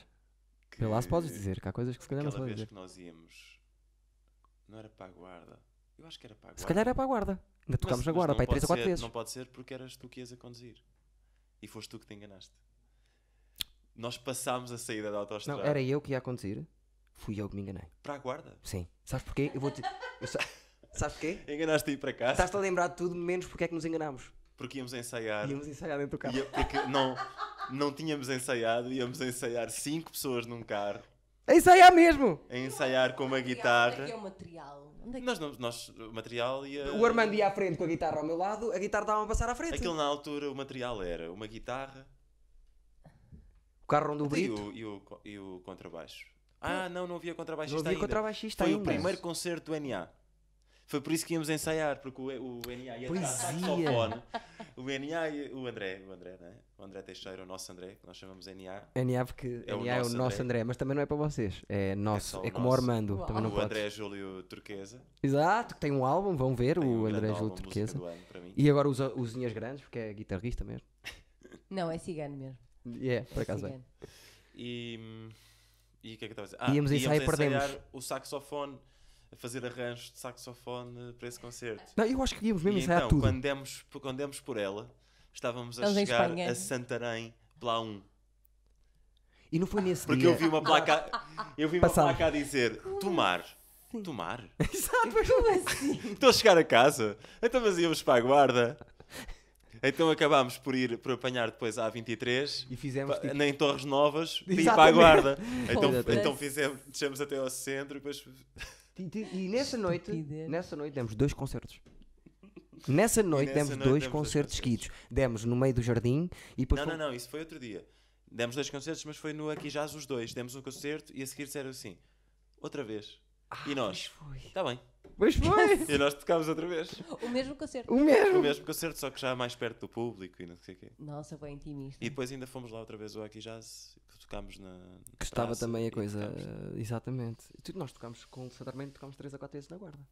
Que... Vê lá se podes dizer, que há coisas é que se calhar não se Aquela pode dizer. vez que nós íamos. Não era para a guarda. Eu acho que era para a guarda. Se calhar era para a guarda. Ainda Mas- tocámos na mas guarda, não pai, pode 3 ou 4 ser- vezes. Não pode ser porque eras tu que ias a conduzir. E foste tu que te enganaste. Nós passámos a saída da autostrada Não, era eu que ia a conduzir. Fui eu que me enganei. para a guarda. Sim. Sabes porquê? Eu vou te. eu sa- Sabes porquê? Enganaste a ir para casa Estás-te a lembrar de tudo, menos porque é que nos enganámos. porque íamos ensaiar. Íamos ensaiar dentro do carro. Ia- porque não, não tínhamos ensaiado, íamos ensaiar cinco pessoas num carro, A É Ensaiar mesmo! a ensaiar com uma Onde é que é guitarra. o material? Onde é que... Nós, não- nós, o material ia. O Armando ia à frente com a guitarra ao meu lado, a guitarra estava a passar à frente. Aquilo na altura, o material era uma guitarra O carro onde o e Brito. o, e, o, co- e o contrabaixo. Ah, não, não havia Não contrabaixista havia ainda. contrabaixista Foi ainda. o primeiro concerto do NA. Foi por isso que íamos ensaiar, porque o, o NA ia Pois estar ia. saxofone. O NA e o André, o André, né? O André Teixeira, o nosso André, que nós chamamos NA. NA, porque É o NA é o nosso nosso André. André, mas também não é para vocês. É nosso. só o É, como o nosso. Armando. Uau. Também não o podes. André Júlio Turquesa. Exato, que tem um álbum, vão ver, tem o grande André álbum, Júlio música Turquesa. do ano para mim. E agora os, os Inhas Grandes, porque é guitarrista mesmo. Não, é cigano mesmo. É, por acaso é. cigano. E, e o que é que eu estava a dizer? Ah, Íamos ensaiar e perdemos. ensaiar o saxofone, a fazer arranjos de saxofone para esse concerto. Não, eu acho que íamos mesmo e ensaiar então, tudo. quando demos, quando demos por ela, estávamos a Estamos em chegar Espanha. a Santarém, um. pela 1. E não foi nesse Porque dia. eu vi uma placa, um. eu vi uma Passado. placa a dizer tomar. Tomar? Exato, mas- Como assim? Estou a chegar a casa. Então mas íamos para a guarda. Então acabámos por ir por apanhar depois a A23 E fizemos pa- tipo, nem Torres Novas e ir para a Exatamente. guarda. Então, Foda-se. então fizemos, deixamos até ao centro e depois ti- ti- E nessa noite, Estupidez. nessa noite demos dois concertos. Nessa noite demos dois nessa noite demos dois concertos concertos. seguidos. Demos no meio do jardim e depois. Não, fomos- não, não, isso foi outro dia. Demos dois concertos, mas foi no Aqui Jaz os dois. Demos um concerto e a seguir disseram assim: outra vez. Ah, e nós? Está bem. Pois foi! E nós tocámos outra vez. O mesmo concerto. o mesmo! O mesmo concerto, só que já mais perto do público e não sei o quê. Nossa, bem intimista. E depois ainda fomos lá outra vez ao Aqui Jazz, que tocámos na. na Que estava praça também e a coisa. tocámos. Exatamente. E tu- Nós tocámos com o Santarmento, tocámos 3 a 4 vezes na guarda.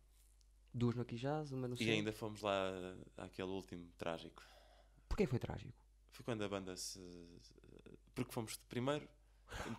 Duas no Aquijás, uma no E Centro. ainda fomos lá àquele último trágico. Porquê foi trágico? Foi quando a banda se. Porque fomos de primeiro,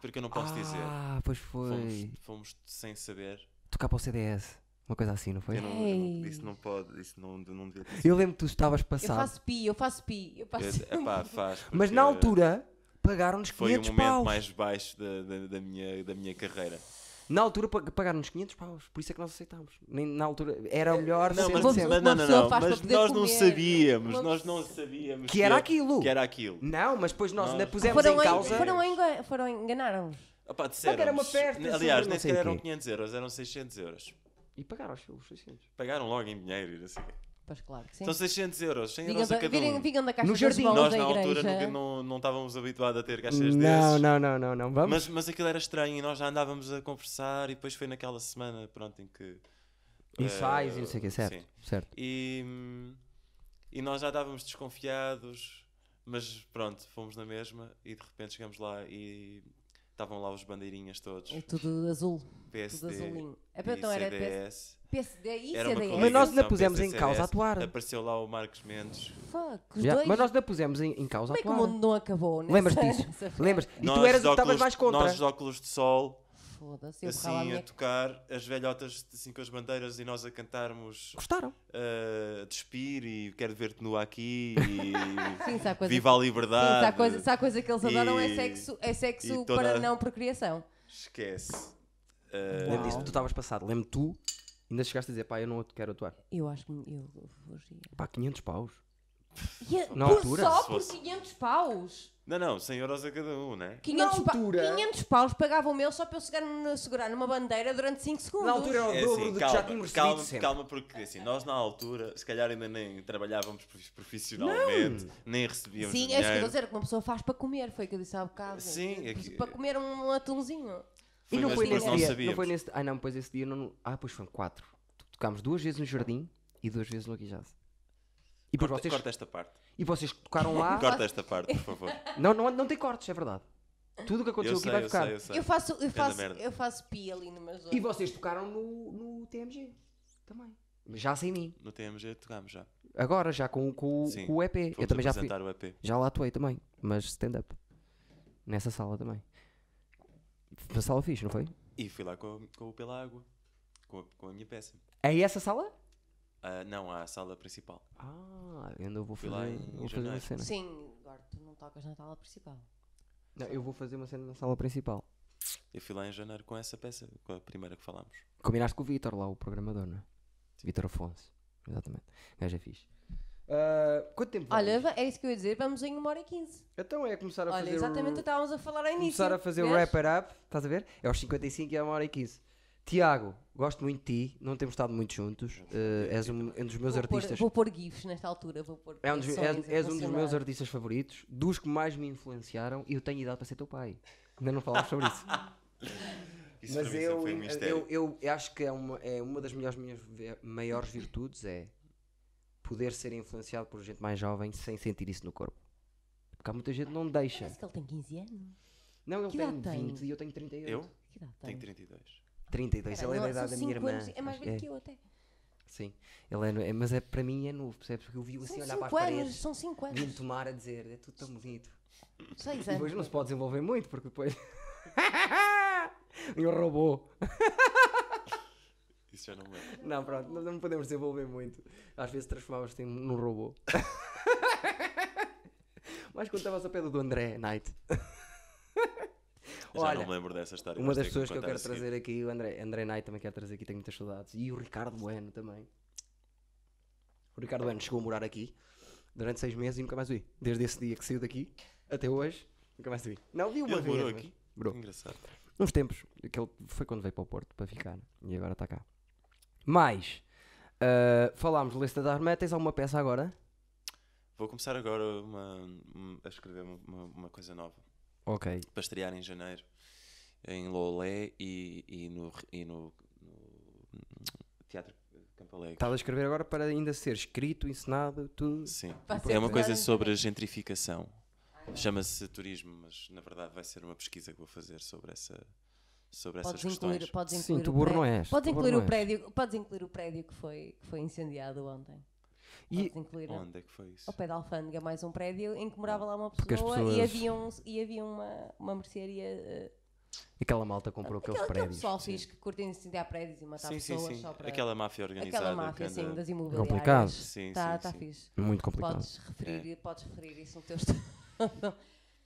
porque eu não posso dizer. Ah, pois foi. Fomos, fomos sem saber. Tocar para o CDS. Uma coisa assim, não foi? Eu Eu, não, eu não- Ei. isso não pode, isso não, não devia ter lembro que tu estavas Eu passado. faço pi, eu faço pi, eu faço É, epá, faz, Mas porque na altura pagaram-nos foi o 500 momento paus. mais baixo da, da, da minha, da minha carreira. Na altura pa- pagaram-nos 500 paus. Por isso é que nós aceitámos. Nem, na altura era o melhor. É, Não, ser mas, Uma mas sempre. pessoa- não, não, pessoa não, faz para mas poder nós não comer. sabíamos, Uma nós não sabíamos Que era aquilo. Que era aquilo. Não, mas depois nós, Nós- ainda pusemos foram, em en- causa. foram, enga- foram enganaram-nos. Opa, que era uma disseram-nos- festa, sobre Aliás, não nem sei o sequer eram quê. 500 euros, eram 600 euros. E pagaram os seus 600. Pagaram logo em dinheiro e não sei o quê. Pois claro que sim. São 600 euros, 100 Vinham euros a da, cada virem- um. vinham da caixa No das jardim. bolas Nós da na altura igreja. nunca- não, não estávamos habituados a ter caixas Não, desses. não, não, não, não. Vamos. Mas, mas aquilo era estranho e nós já andávamos a conversar e depois foi naquela semana, pronto, em que... Ensaios eh, e não sei o que, certo. sim. Certo. E, hum, e nós já estávamos desconfiados, mas pronto, fomos na mesma e de repente chegamos lá e estavam lá os bandeirinhas todos, É tudo azul, tudo PSD azulinho. É e pá, Então era PS- CDS. PSD é e Era uma CDS. Mas nós ainda coligação pusemos em PSD, causa, CDS. atuaram. Apareceu lá o Marcos Mendes. Fuck, os Já, dois. Mas nós ainda pusemos em, em causa Como é que o atuaram. mundo não acabou? nessa- Lembras disso? nessa fase? Lembras? E tu Nós eras de o que estavas óculos- mais contra. Nós de óculos de sol, Foda-se, eu borrava a assim, a minha- tocar, as velhotas assim com as bandeiras e nós a cantarmos Gostaram. ah, Despir e Quero Ver-te Nu Aqui e Sim, se há coisa, Viva a sim, se Liberdade. há coisa, se há coisa que eles adoram é E- sexo, é sexo e toda- para não procriação. Esquece. Eh, Lembro disso, tu estavas passado. Lembro tu, ainda chegaste a dizer, pá, eu não quero atuar. Eu acho que eu fugia. Pá, 500 paus. E Na por altura, só se por fosse- 500 paus. Não, não, 100 euros a cada um, né? 500, pa- altura- 500 paus pagavam eu só para eu segurar, na- segurar numa bandeira durante 5 segundos. Na altura era o É dobro assim, do que já calma, tínhamos recebido calma, sempre. calma, porque assim, nós na altura, se calhar ainda nem trabalhávamos profi- profissionalmente, nem recebíamos Sim, é isso que eu estou dinheiro. a dizer, que uma pessoa faz para comer, foi o que eu disse há bocado. Sim, é que- Para comer um atunzinho. E Foi, não mas foi depois nesse não dia. Não sabíamos. foi nesse... Ah, não, pois esse dia não... Ah, pois foram 4. Tocámos duas vezes no jardim e duas vezes no Aguijaz. E depois corta, vocês... corta esta parte. E vocês tocaram Ah, lá... Corta esta parte, por favor. não, não, não tem cortes, é verdade. Tudo o que eu aconteceu aqui sei, vai eu ficar. sei, eu sei. Eu faço, eu faço, merda. eu faço pi ali no meu jogo. E vocês tocaram no, no TMG também. Mas Já sem mim. No TMG tocámos já. Agora, já com, com, o- Sim. com o EP. eu Fomos também já fui. apresentar o EP. Já lá atuei também, mas stand-up. Nessa sala também. Na sala fixe, não foi? E fui lá com, com o Pela Água, com a, com a minha peça. É essa sala? Ah, não, à sala principal. Ah, eu ainda vou Fui fazer, lá em vou fazer uma janeiro. cena. Sim, agora tu não tocas na tala principal. Não, eu vou fazer uma cena na sala principal. Eu fui lá em janeiro com essa peça, com a primeira que falámos. Combinaste com o Vitor lá, o programador, não é? Vitor Afonso. Exatamente. Gajo é fixe. Ah, quanto tempo vamos? Olha, va- é isso que eu ia dizer, vamos em 1 hora e 15. Então é começar a Olha, fazer exatamente o que o... estávamos a falar ao início. Começar a fazer o vês? wrap it up, estás a ver? É aos 55 e é uma hora e 15. Tiago, gosto muito de ti, não temos estado muito juntos. Ah, és um, um dos meus Vou pôr- artistas. Vou pôr GIFs nesta altura, vou pôr. É um dos, canções és, a és um dos funcionar. meus artistas favoritos, dos que mais me influenciaram, e eu tenho idade para ser teu pai. Ainda não falámos sobre isso. Isso mas para mim eu, sempre foi um mistério. eu, eu- eu acho que é uma, é uma das melhores, minhas vi- maiores virtudes é poder ser influenciado por gente mais jovem sem sentir isso no corpo. Porque há muita gente que não deixa. Parece que ele tem 15 anos. Não, ele Que tem idade tem? 20 e eu tenho 38. Eu? Que idade tem? Tenho 32. 32, ele é da Caralho, idade da são minha cinco irmã. anos, É mais Acho velho que eu até. Sim, ele é, no- é- mas é, para mim é novo, percebes? Porque eu vi-o assim São olhar para as 5 anos, paredes, são 5 vi-me anos. um tomar a dizer, é tudo tão bonito. 6 E depois não anos. se pode desenvolver muito, porque depois... e o robô. Isso já não me lembro. Não, pronto, não, não podemos desenvolver muito. Às vezes transformavas-te em- num robô. Mas quando estavas a pé do André Knight, Eu já Olha, não me lembro dessa história. uma vais das ter me pessoas que eu contar a quero seguir. trazer aqui, o André, André Knight também quero trazer aqui, tenho muitas saudades. E o Ricardo Bueno também. O Ricardo Bueno chegou a morar aqui durante seis meses e nunca mais o vi. Desde esse dia que saiu daqui até hoje, nunca mais o vi. Não, vi uma Ele vez. morou mas- aqui? Morou. Que Engraçado. Uns tempos. Que ele foi quando veio para o Porto para ficar. E agora está cá. Mas, ah, falámos de Lista da Armé. Tens alguma peça agora? Vou começar agora uma- um- a escrever uma- uma- uma coisa nova. Ok. para estrear em janeiro em Lolé e, e no, e no, no Teatro Campo Alegre. Estás a escrever agora para ainda ser escrito, ensinado, tudo. Sim. Vai ser É uma estreado coisa em sobre a gentrificação. Chama-se turismo, mas na verdade vai ser uma pesquisa que vou fazer sobre essa sobre essas Podes questões. incluir, podes Sim, incluir tu o burro não prédio- és, Podes tu burro incluir não o és. prédio, podes incluir o prédio que foi, que foi incendiado ontem. E- Podes incluir a- Onde é que foi isso? ao pé da alfândega mais um prédio em que morava lá uma pessoa Porque as e pessoas- havia, um- e havia uma, uma mercearia. eh, Aquela malta comprou aqueles aquele, aquele prédios. pessoal fixe que curtem incendiar prédios e matar Sim, sim, pessoas sim. só para. Aquela máfia organizada. Aquela máfia, que sim, anda- das imobiliárias. Complicado. Sim, Tá, sim, É. tá sim. fixe. Muito complicado. Podes referir, podes referir isso no teu estudo.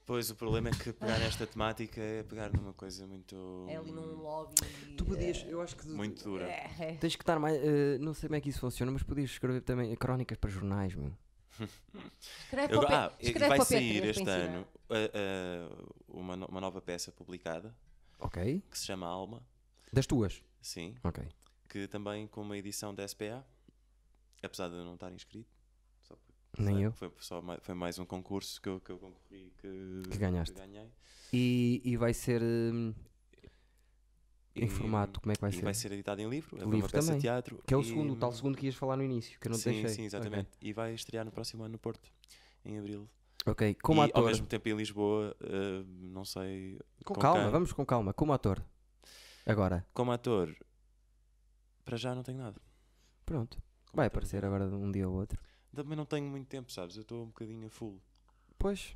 Pois o problema é que pegar nesta temática é pegar numa coisa muito É ali num lobby. Tu podias, eh, eu acho que. muito Hum. dura. É, é. Tens que estar mais. eh, não sei como é que isso funciona, mas podias escrever também crónicas para jornais, meu. Escreve Eu- para o Pe- ah, e escreve vai para o sair P3 este para ano ensinar. uh, uh, uma, no- uma nova peça publicada Ok. que se chama Alma, Das tuas. sim, Ok. que também com uma edição da SPA, apesar de eu não estar inscrito, só porque- Nem eu. Foi, só mais, foi mais um concurso que eu, que eu concorri que, Que ganhaste. que ganhei. E, e vai ser. hum, em E- formato, como é que vai e ser? vai ser editado em livro, é Livro uma peça também. de teatro. Que é o e- segundo, o tal segundo que ias falar no início, que eu não te sim, deixei. sim, exatamente. E vai estrear no próximo ano no Porto, em Abril. Ok, como e, ator. ao mesmo tempo em Lisboa, eh, não sei. Com, com calma, quem? vamos com calma. Como ator. Agora. Como ator, para já não tenho nada. Pronto. Como Vai ator, não aparecer tenho nada. agora de um dia ao outro. Também não tenho muito tempo, sabes? Eu estou um bocadinho a full. Pois.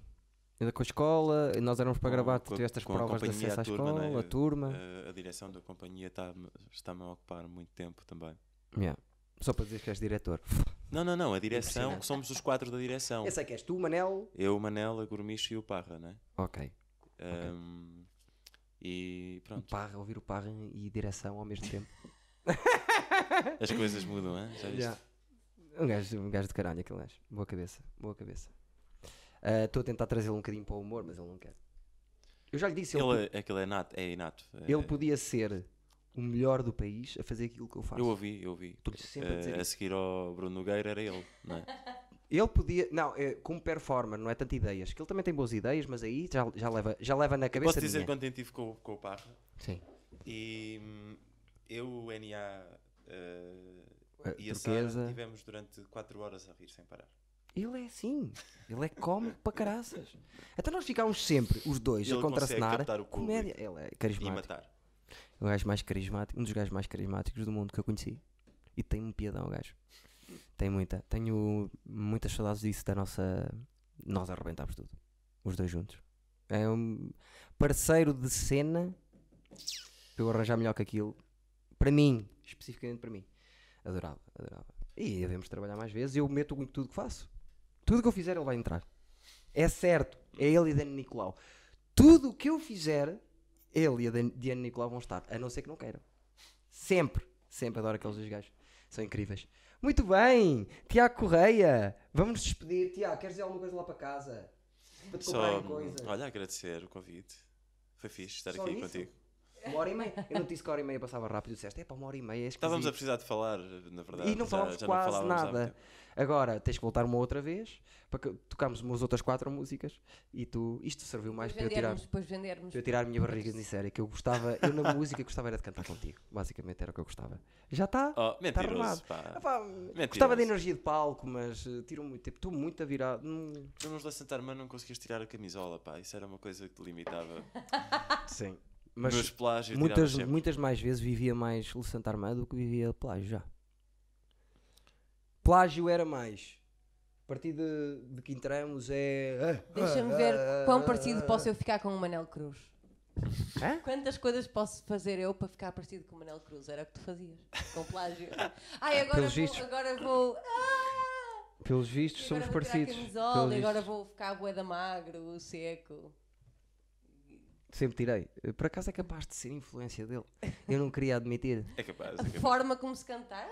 Ainda com a escola, nós éramos para Com- gravar, tu com a- tiveste as com a provas de companhia, acesso à a turma, escola, não é? a turma. Eh, a direção da companhia está-me está-me a ocupar muito tempo também. Yeah. Só para dizer que és diretor. Não, não, não, a direção, Impressionante. somos os quatro da direção. Eu sei que és tu, Manel. Eu, o Manel, a Gormicho e o Parra, né? Ok. Ahm, e O pronto, Parra, ouvir o Parra e direção ao mesmo tempo. as coisas mudam, hein? já viste? É. Yeah. Um, gajo, um gajo de caralho, aquele gajo. Boa cabeça, boa cabeça. Ah, Estou a tentar trazê-lo um bocadinho para o humor, mas ele não quer. Eu já lhe disse, ele, po- Ele, é- aquele é inato. É inato. É- ele podia ser o melhor do país a fazer aquilo que eu faço. eu ouvi, eu ouvi. Estou-lhe sempre a Eh, dizer a isso. seguir ao Bruno Nogueira era ele, não é? Ele podia, não, é, como performer, não é tanto ideias, que ele também tem boas ideias, mas aí já, já, leva, já leva na cabeça Posso dizer minha. quanto tempo tive com, o- com o Parra? Sim. E hum, eu, o NA eh, Eh, e a turquesa. Sara tivemos durante 4 horas a rir sem parar. Ele é assim. Ele é cómico para caraças. Até nós ficámos sempre, os dois, Ele a consegue contracenar. captar o público Comédia. Ele é E carismático. matar. É o gajo mais carismático, um dos gajos mais carismáticos do mundo que eu conheci. E tem um piadão, o gajo. Tem muita. Tenho muitas saudades disso, da nossa. Nós arrebentámos tudo. Os dois juntos. É um parceiro de cena. Para eu arranjar melhor que aquilo. Para mim, especificamente para mim. Adorava, adorava. E devemos trabalhar mais vezes. Eu meto em tudo que faço. Tudo que eu fizer, ele vai entrar. É certo. É ele e Dani Nicolau. Tudo o que eu fizer, ele e a Dan- Diana Nicolau vão estar, a não ser que não queiram. Sempre, sempre adoro aqueles dois gajos. São incríveis. Muito bem, Tiago Correia, vamos nos despedir. Tiago, queres dizer alguma coisa lá para casa? Para te Só, hum, comprarem coisa. olha, agradecer o convite. Foi fixe estar Só aqui isso? contigo. É Uma hora e meia. Eu não te disse que a hora e meia passava rápido, disseste, é para uma hora e meia. É esquisito." Estávamos a precisar de falar, na verdade. E não já- falámos já quase falávamos há muito nada. tempo. Agora tens que voltar uma outra vez para que tocarmos umas outras quatro músicas e tu. Isto serviu mais para eu tirar. vendermos, depois vendermos. para eu tirar a minha barriga de sério, que eu gostava, eu na música gostava era de cantar contigo. Basicamente era o que eu gostava. Já está? Oh, Está mentiroso, arrumado. pá. Ah, pá, gostava Mentiroso. da energia de palco, mas eh, tiro muito tempo. Estou muito a virar. Hum, Tu nos sentar, mas não conseguias tirar a camisola, pá. Isso era uma coisa que te limitava. sim. Mas Nos Mas plágios muitas, tiravas sempre. muitas mais vezes vivia mais Luciano Armando do que vivia plágio já. Plágio era mais. A partir de, de que entramos é. Deixa-me ver Ah. quão parecido posso eu ficar com o Manel Cruz. Hã? Quantas coisas posso fazer eu para ficar parecido com o Manel Cruz? Era o que tu fazias, com plágio. Ai, agora Pelos vou. vistos. Agora vou ah! Pelos vistos, E somos agora vou tirar a parecidos. camisola, Pelos e agora vistos. vou ficar bué da magro, seco. Sempre tirei. Por acaso é capaz de ser influência dele. Eu não queria admitir. É capaz, A é capaz. forma como se Ah! cantar.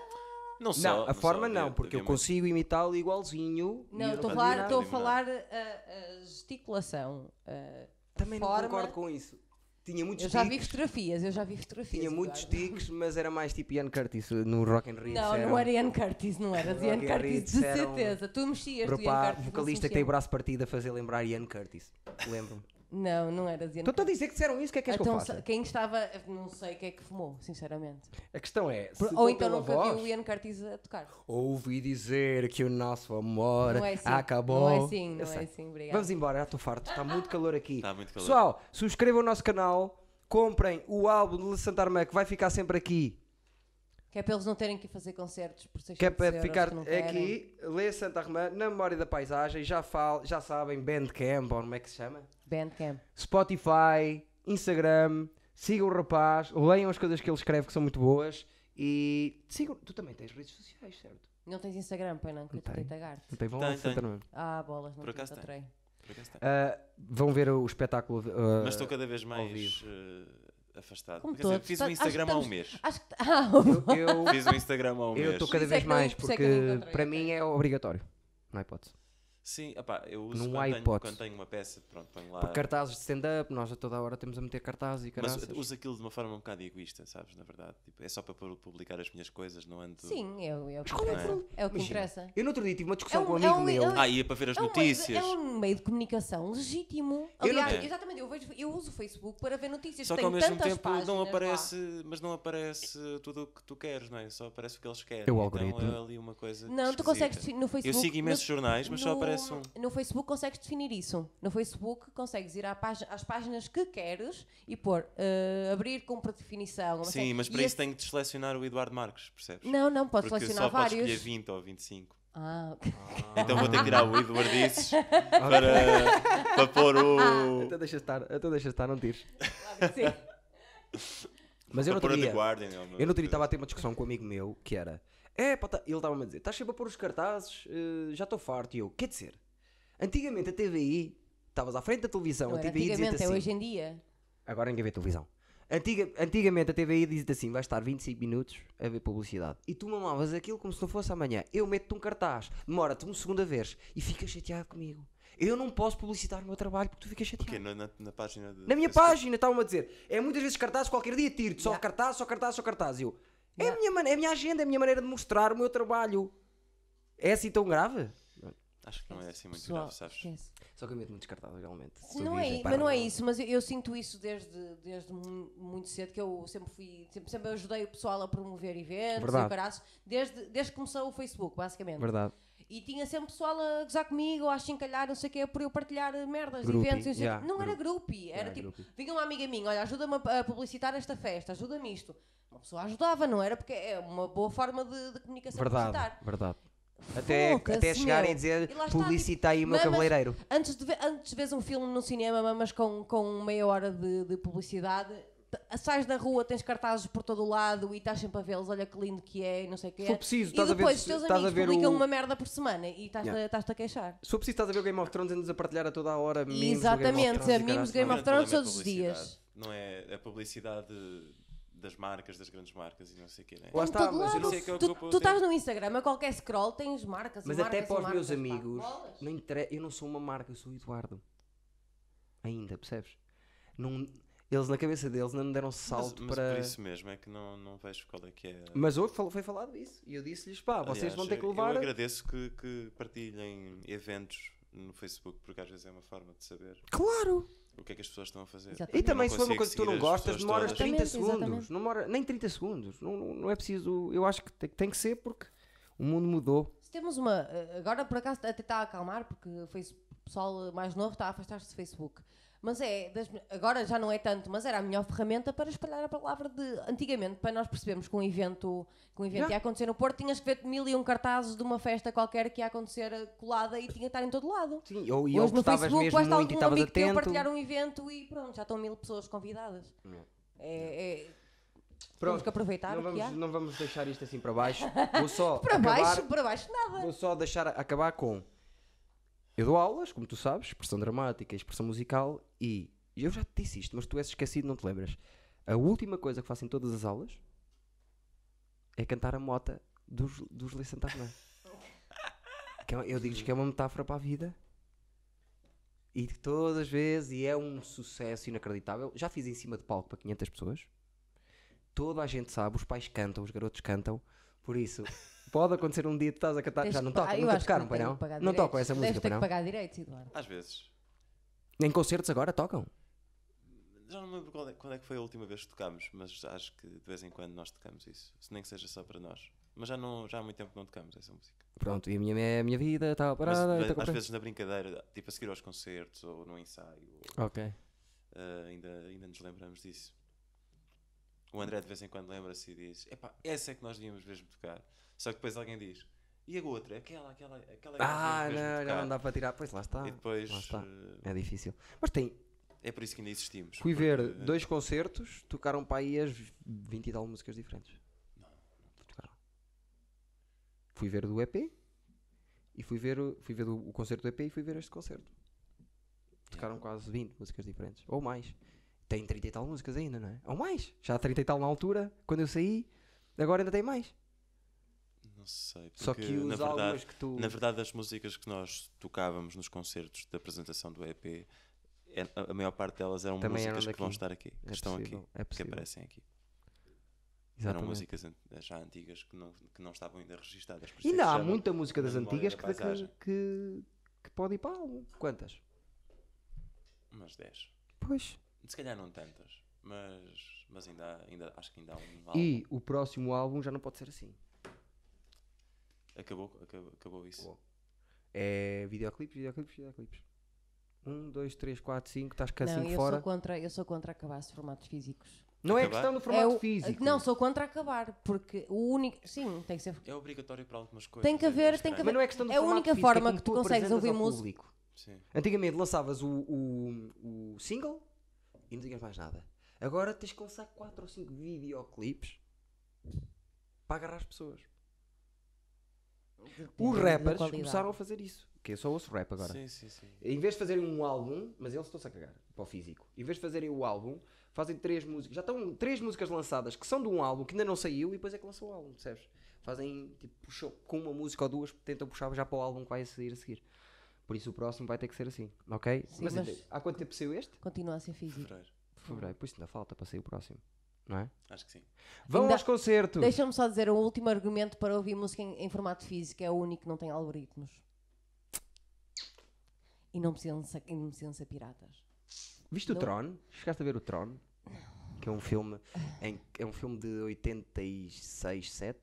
Não, só, não, a só, forma havia- não, porque eu havia muito- consigo imitá-lo igualzinho. e Não, eu estou fazia a falar, nada. estou a falar a, a gesticulação. a- Também não forma. concordo com isso. Tinha muitos eu já vi tiques, fotografias, eu já vi fotografias. tinha muitos Eduardo. tiques, mas era mais tipo Ian Curtis no Rock and Rio. Não, não era Ian Curtis, não era Rock Ian and Curtis, de Ritz era um certeza. Tu mexias, tu Ian Rapá, Curtis. não se é. vocalista que tem mexia. braço partido a fazer lembrar Ian Curtis. Lembro-me. Não, não era Ian Estou a dizer que disseram isso, o que é que és que eu Então, faça? se- quem estava, não sei quem é que fumou, sinceramente. A questão é, se Ou for então pela nunca voz, viu o Ian Curtis a tocar. ouvi dizer que o nosso amor não é assim. acabou. Não é assim, não Eu é sei. assim, obrigado. Vamos embora, já estou farto, está muito calor aqui. Está muito calor. Pessoal, subscrevam o nosso canal, comprem o álbum de Alessandro Armé, que vai ficar sempre aqui. Que é para eles não terem que fazer concertos por 600 Que é para euros, ficar que não querem. aqui, lê Santa Armé, na memória da paisagem, já, fal, já sabem, Bandcamp, ou como é que se chama? Bandcamp. Spotify, Instagram, sigam o rapaz, leiam as coisas que ele escreve que são muito boas e sigam. Tu também tens redes sociais, certo? Não tens Instagram, pois não, que eu te Não tenho. tentei agar-te. Não tem bom Tenho, Alessandro Armé. Ah, bolas, não Por te acaso tem. encontrei. Por acaso tá. tem. Ah, Vão ver o espetáculo. ah, Mas estou cada vez mais vivo. eh, afastado. Como Quer dizer, todos, fiz tá- um acho que Instagram há um estamos- mês. Acho que. Ah, eu, Fiz um Instagram há um Eu mês. estou cada Por isso é vez que não- mais, por isso é porque que eu não encontrei, para ok. mim é obrigatório. Não há hipótese. Sim, opá, eu uso Não há quando tenho, hipótese. quando tenho uma peça, pronto, ponho lá. Porque cartazes de stand-up, nós a toda hora temos a meter cartazes e Mas caralho. uso aquilo de uma forma um bocado egoísta, sabes? Na verdade, Tipo, é só para pôr- publicar as minhas coisas, não ando. Sim, é, o- é o Mas que qual é o interessa. problema? É o que Imagina, interessa. Eu no outro dia tive uma discussão É um- com um é amigo um- meu. é um- Ah, ia para ver as É um meio de- é notícias. um meio de comunicação legítimo. Eu não- Aliás, É. exatamente, eu, vejo, eu uso o Facebook para ver notícias. Só que Tem ao mesmo tantas tempo páginas não lá. aparece, mas não aparece tudo o que tu queres, não é? Só aparece o que eles querem. É o Então é algoritmo. ali uma coisa. Não, tu esquisita. consegues definir no Eu Facebook. sigo imensos no- jornais, mas só no- aparece um. No Facebook consegues definir isso. No Facebook consegues ir à página- às páginas que queres e pôr eh, abrir com definição. não sei. Sim, mas E para isso esse- tenho que selecionar o Eduardo Marques, percebes? Não, não, podes Porque selecionar só podes escolher vários. 20 ou 25. Ah, Então vou ter que tirar o Eduardices para, para pôr um o. Então deixa estar, então deixa estar, não tires. claro que sim. Mas eu no para pôr outro a The dia, Guardian. é eu uma no outro dia coisa. estava a ter uma discussão com um amigo meu que era: É, pá, tá- ele estava-me a dizer, estás sempre a pôr os cartazes, eh, já estou farto. E eu, quer dizer, antigamente a TVI, estavas à frente da televisão, Não a era TVI dizia antigamente, assim. é hoje em dia. Agora ninguém vê televisão. Antiga- antigamente a TVI dizia assim: vais estar 25 minutos a ver publicidade. E tu mamavas aquilo como se não fosse amanhã. Eu meto-te um cartaz, demora-te uma segunda vez e ficas chateado comigo. Eu não posso publicitar o meu trabalho porque tu ficas O quê? chateado. Na, na- na página de Na minha Facebook? página estavam-me a dizer: é muitas vezes cartaz, qualquer dia tiro-te, só Yeah. cartaz, só cartaz, só cartaz. E eu: é, Yeah. a minha, man- é a minha agenda, é a minha maneira de mostrar o meu trabalho. É assim tão grave? Acho que não é assim muito Pessoal, grave, sabes? esquece. Só que eu meto muitos cartazes, realmente. Sou Não é, virgem, i- pá, mas não é isso, mas eu, eu sinto isso desde, desde mu- muito cedo, que eu sempre fui, sempre, sempre ajudei o pessoal a promover eventos e Verdade. o caraças, desde, desde que começou o Facebook, basicamente. Verdade. E tinha sempre pessoal a gozar comigo, ou a chincalhar, não sei o quê, por eu partilhar merdas, Groupie, eventos, e não sei o yeah, quê. Não era group- groupie, era yeah, tipo, groupie. vinha uma amiga minha, olha, ajuda-me a a publicitar esta festa, ajuda-me isto. Uma pessoa ajudava, não era? Porque é uma boa forma de, de comunicação Verdade, publicitar. verdade. Até, Foda-se, até chegarem meu. a dizer: E lá está, tipo, publicita aí o meu mamas- cabeleireiro. Antes de, ver, antes de veres um filme no cinema, mas com, com meia hora de, de publicidade, t- sais na rua, tens cartazes por todo o lado e estás sempre a vê-los, olha que lindo que é, e não sei o que Se é. for preciso, e estás a ver- depois os teus estás a amigos ver publicam o- uma merda por semana e estás-te Yeah. estás-te a queixar. Se for preciso, estás a ver o Game of Thrones, andas a partilhar a toda a hora memes do Exatamente, Game of Thrones e memes caralho. do Game of Thrones O grande problema é a todos os dias. publicidade, Não é a publicidade das marcas, das grandes marcas e não sei o quê, né? Lá está, todo mas eu lado. não sei que é o que tu, eu- tu estás no Instagram, a qualquer scroll tens marcas e Mas marcas até e para os meus marcas, pá. amigos, Bolas. não intere- eu não sou uma marca, eu sou o Eduardo. Ainda, percebes? Não, eles na cabeça deles não deram salto mas, mas para. por Mas, isso mesmo é que não, não vejo qual é que é. houve- fal- foi falado isso. E eu disse-lhes, pá, ah, vocês Aliás, vão ter que eu- levar. né? Eu agradeço que, que partilhem eventos no Facebook, porque às vezes é uma forma de saber Claro! o que é que as pessoas estão a fazer. Exatamente. E Eu também, não se for uma consigo coisa que tu não seguir as gostas, pessoas demoras todas. 30 Exatamente, segundos. exatamente. Não demora nem 30 segundos. Não, não- não é preciso. Eu acho que tem, tem que ser porque o mundo mudou. Se temos uma. eh, Agora por acaso até está a acalmar, porque o face- o pessoal eh, mais novo está a afastar-se do Facebook. Mas é, das me- agora já não é tanto, mas era a melhor ferramenta para espalhar a palavra de antigamente, para nós percebermos que um evento, que um evento Já. ia acontecer no Porto, tinhas que ver mil e um cartazes de uma festa qualquer que ia acontecer eh, colada e tinha que estar em todo lado. Sim, ou, e Hoje ou gostavas mesmo basta muito e algum estavas amigo teu atento. partilhar um evento e pronto, já estão mil pessoas convidadas. É, é, temos que aproveitar não o que há. vamos, não vamos deixar isto assim para baixo. Vou só Para acabar, baixo, para baixo, nada. Vou só deixar acabar com. Eu dou aulas, como tu sabes, expressão dramática, expressão musical e eu já te disse isto, mas tu és esquecido, não te lembras. A última coisa que faço em todas as aulas é cantar a mota dos, dos Lei Santa Fernanda. Que é uma- Eu digo-lhes que é uma metáfora para a vida. E de todas as vezes, e é um sucesso inacreditável. Já fiz em cima de palco para 500 pessoas. Toda a gente sabe, os pais cantam, os garotos cantam. Por isso, pode acontecer um dia que estás a cantar. Tens Já que não pa- tocam, eu nunca acho que tocaram, pai tenho não? que pagar Não direitos. tocam essa Deves música, ter pai não? que pagar direitos, Eduardo. Às vezes. Em concertos agora tocam. Já não me lembro qual é- quando é que foi a última vez que tocámos, mas acho que de vez em quando nós tocamos isso. Se nem que seja só para nós. Mas já, não, já há muito tempo que não tocamos essa música. Pronto, e a minha, é a minha vida estava Mas, parada. ve- então às comprei. vezes na brincadeira, tipo a seguir aos concertos ou no ensaio, ou, Ok. ah, ainda, ainda nos lembramos disso. O André de vez em quando lembra-se e diz: Epá, essa é que nós devíamos mesmo tocar. Só que depois alguém diz: E a outra? Aquela, aquela, aquela. é que nós Ah, devíamos mesmo não, já tocar." não dá para tirar. Pois lá está. E depois. Lá está. ah, É difícil. Mas tem, É por isso que ainda existimos. Fui ver porque- eh, dois concertos, tocaram para aí as 20 e tal músicas diferentes. Tocaram. Fui ver do EP e fui ver, o- fui ver o, o concerto do EP e fui ver este concerto. Tocaram quase 20 músicas diferentes, ou mais. Tem 30 e tal músicas ainda, não é? Ou mais. Já há 30 e tal na altura, quando eu saí, agora ainda tem mais. Não sei. Porque, Só que na os verdade, álbuns que tu. Na verdade, as músicas que nós tocávamos nos concertos da apresentação do EP, é- a a maior parte delas eram Também eram músicas que vão daqui. estar aqui, que é estão possível, aqui, É que possível. aparecem aqui. Eram Exatamente. músicas an- já antigas que não, que não estavam ainda registadas. por isso é que Ainda há já não- muita música das na memória antigas da que, que, paisagem. que, que pode ir para álbum. Quantas? Umas 10. Pois. Se calhar não tantas, mas, mas ainda, há- ainda acho que ainda há um álbum. E o próximo álbum já não pode ser assim. Acabou, acabou, acabou isso. Uou. É videoclipes, videoclipes, videoclipes. Um, dois, três, quatro, cinco, estás cá Não, cinco eu assim fora. sou, contra, eu sou contra acabar-se formatos físicos. Não é Acabar? questão do formato Eu- físico. Não, sou contra acabar, porque o único. Sim, tem que ser. É obrigatório para algumas coisas. Tem que é- é haver- tem que Mas estranho. não é questão do É a formato única físico, é forma como que tu apresentas consegues ouvir ao música. público. Sim. Antigamente lançavas o, o, o single e não tinhas mais nada. Agora tens que lançar quatro ou cinco videoclipes para agarrar as pessoas. Os rappers começaram a fazer isso. Que eu só ouço rap agora. Sim, sim, sim. Em vez de fazerem um álbum, mas eles estão-se a cagar para o físico. Em vez de fazerem o álbum, fazem três músicas. Já estão três músicas lançadas que são de um álbum que ainda não saiu e depois é que lançam o álbum, percebes? Fazem tipo, puxam, com uma música ou duas, tentam puxar já para o álbum que vai sair a seguir. Por isso o próximo vai ter que ser assim, ok? Sim, mas, mas- então, há quanto tempo saiu este? Continua a ser físico. Fevereiro. Fevereiro, por isso ainda falta para sair o próximo, não é? Acho que sim. Vão Ainda- aos concertos! Deixa-me só dizer um último argumento para ouvir música em, em formato físico: é o único que não tem algoritmos. E não precisam de ser, e não precisam de ser piratas. Viste o Não. Tron? Chegaste a ver o Tron? Que é um filme em, que- é um filme de 86, 7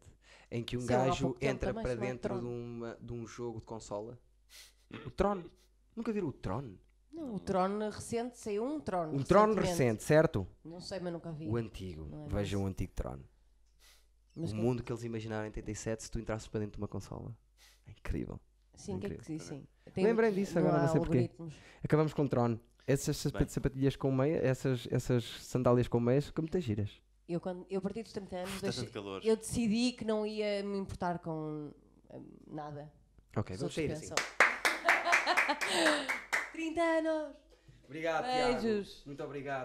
em que um Saiu há gajo pouco tempo entra também, para chamado dentro de, Tron. uma- de um jogo de consola. O Tron. Nunca viram o Tron? Não, o Tron recente saiu um Tron. Um Tron recentemente. recente, certo? Não sei, mas nunca vi. O antigo. Não é Vejam o antigo Tron. Mas o que- mundo que eles imaginaram em 87 se tu entrasses para dentro de uma consola. É incrível. Sim, que é que Incrível. sim. Lembrei disso agora, não sei porquê. porquê. Acabamos com o Tron. Essas Bem. sapa- sapatilhas com meia, essas, essas sandálias com meias, ficam muitas giras. Eu, quando, eu a partir dos 30 anos, Está deixei- tanto calor. eu decidi que não ia me importar com hum, nada. Ok, Os vamos outros sair assim. pensam. 30 anos! Obrigado, Beijos. Tiago. Muito obrigado.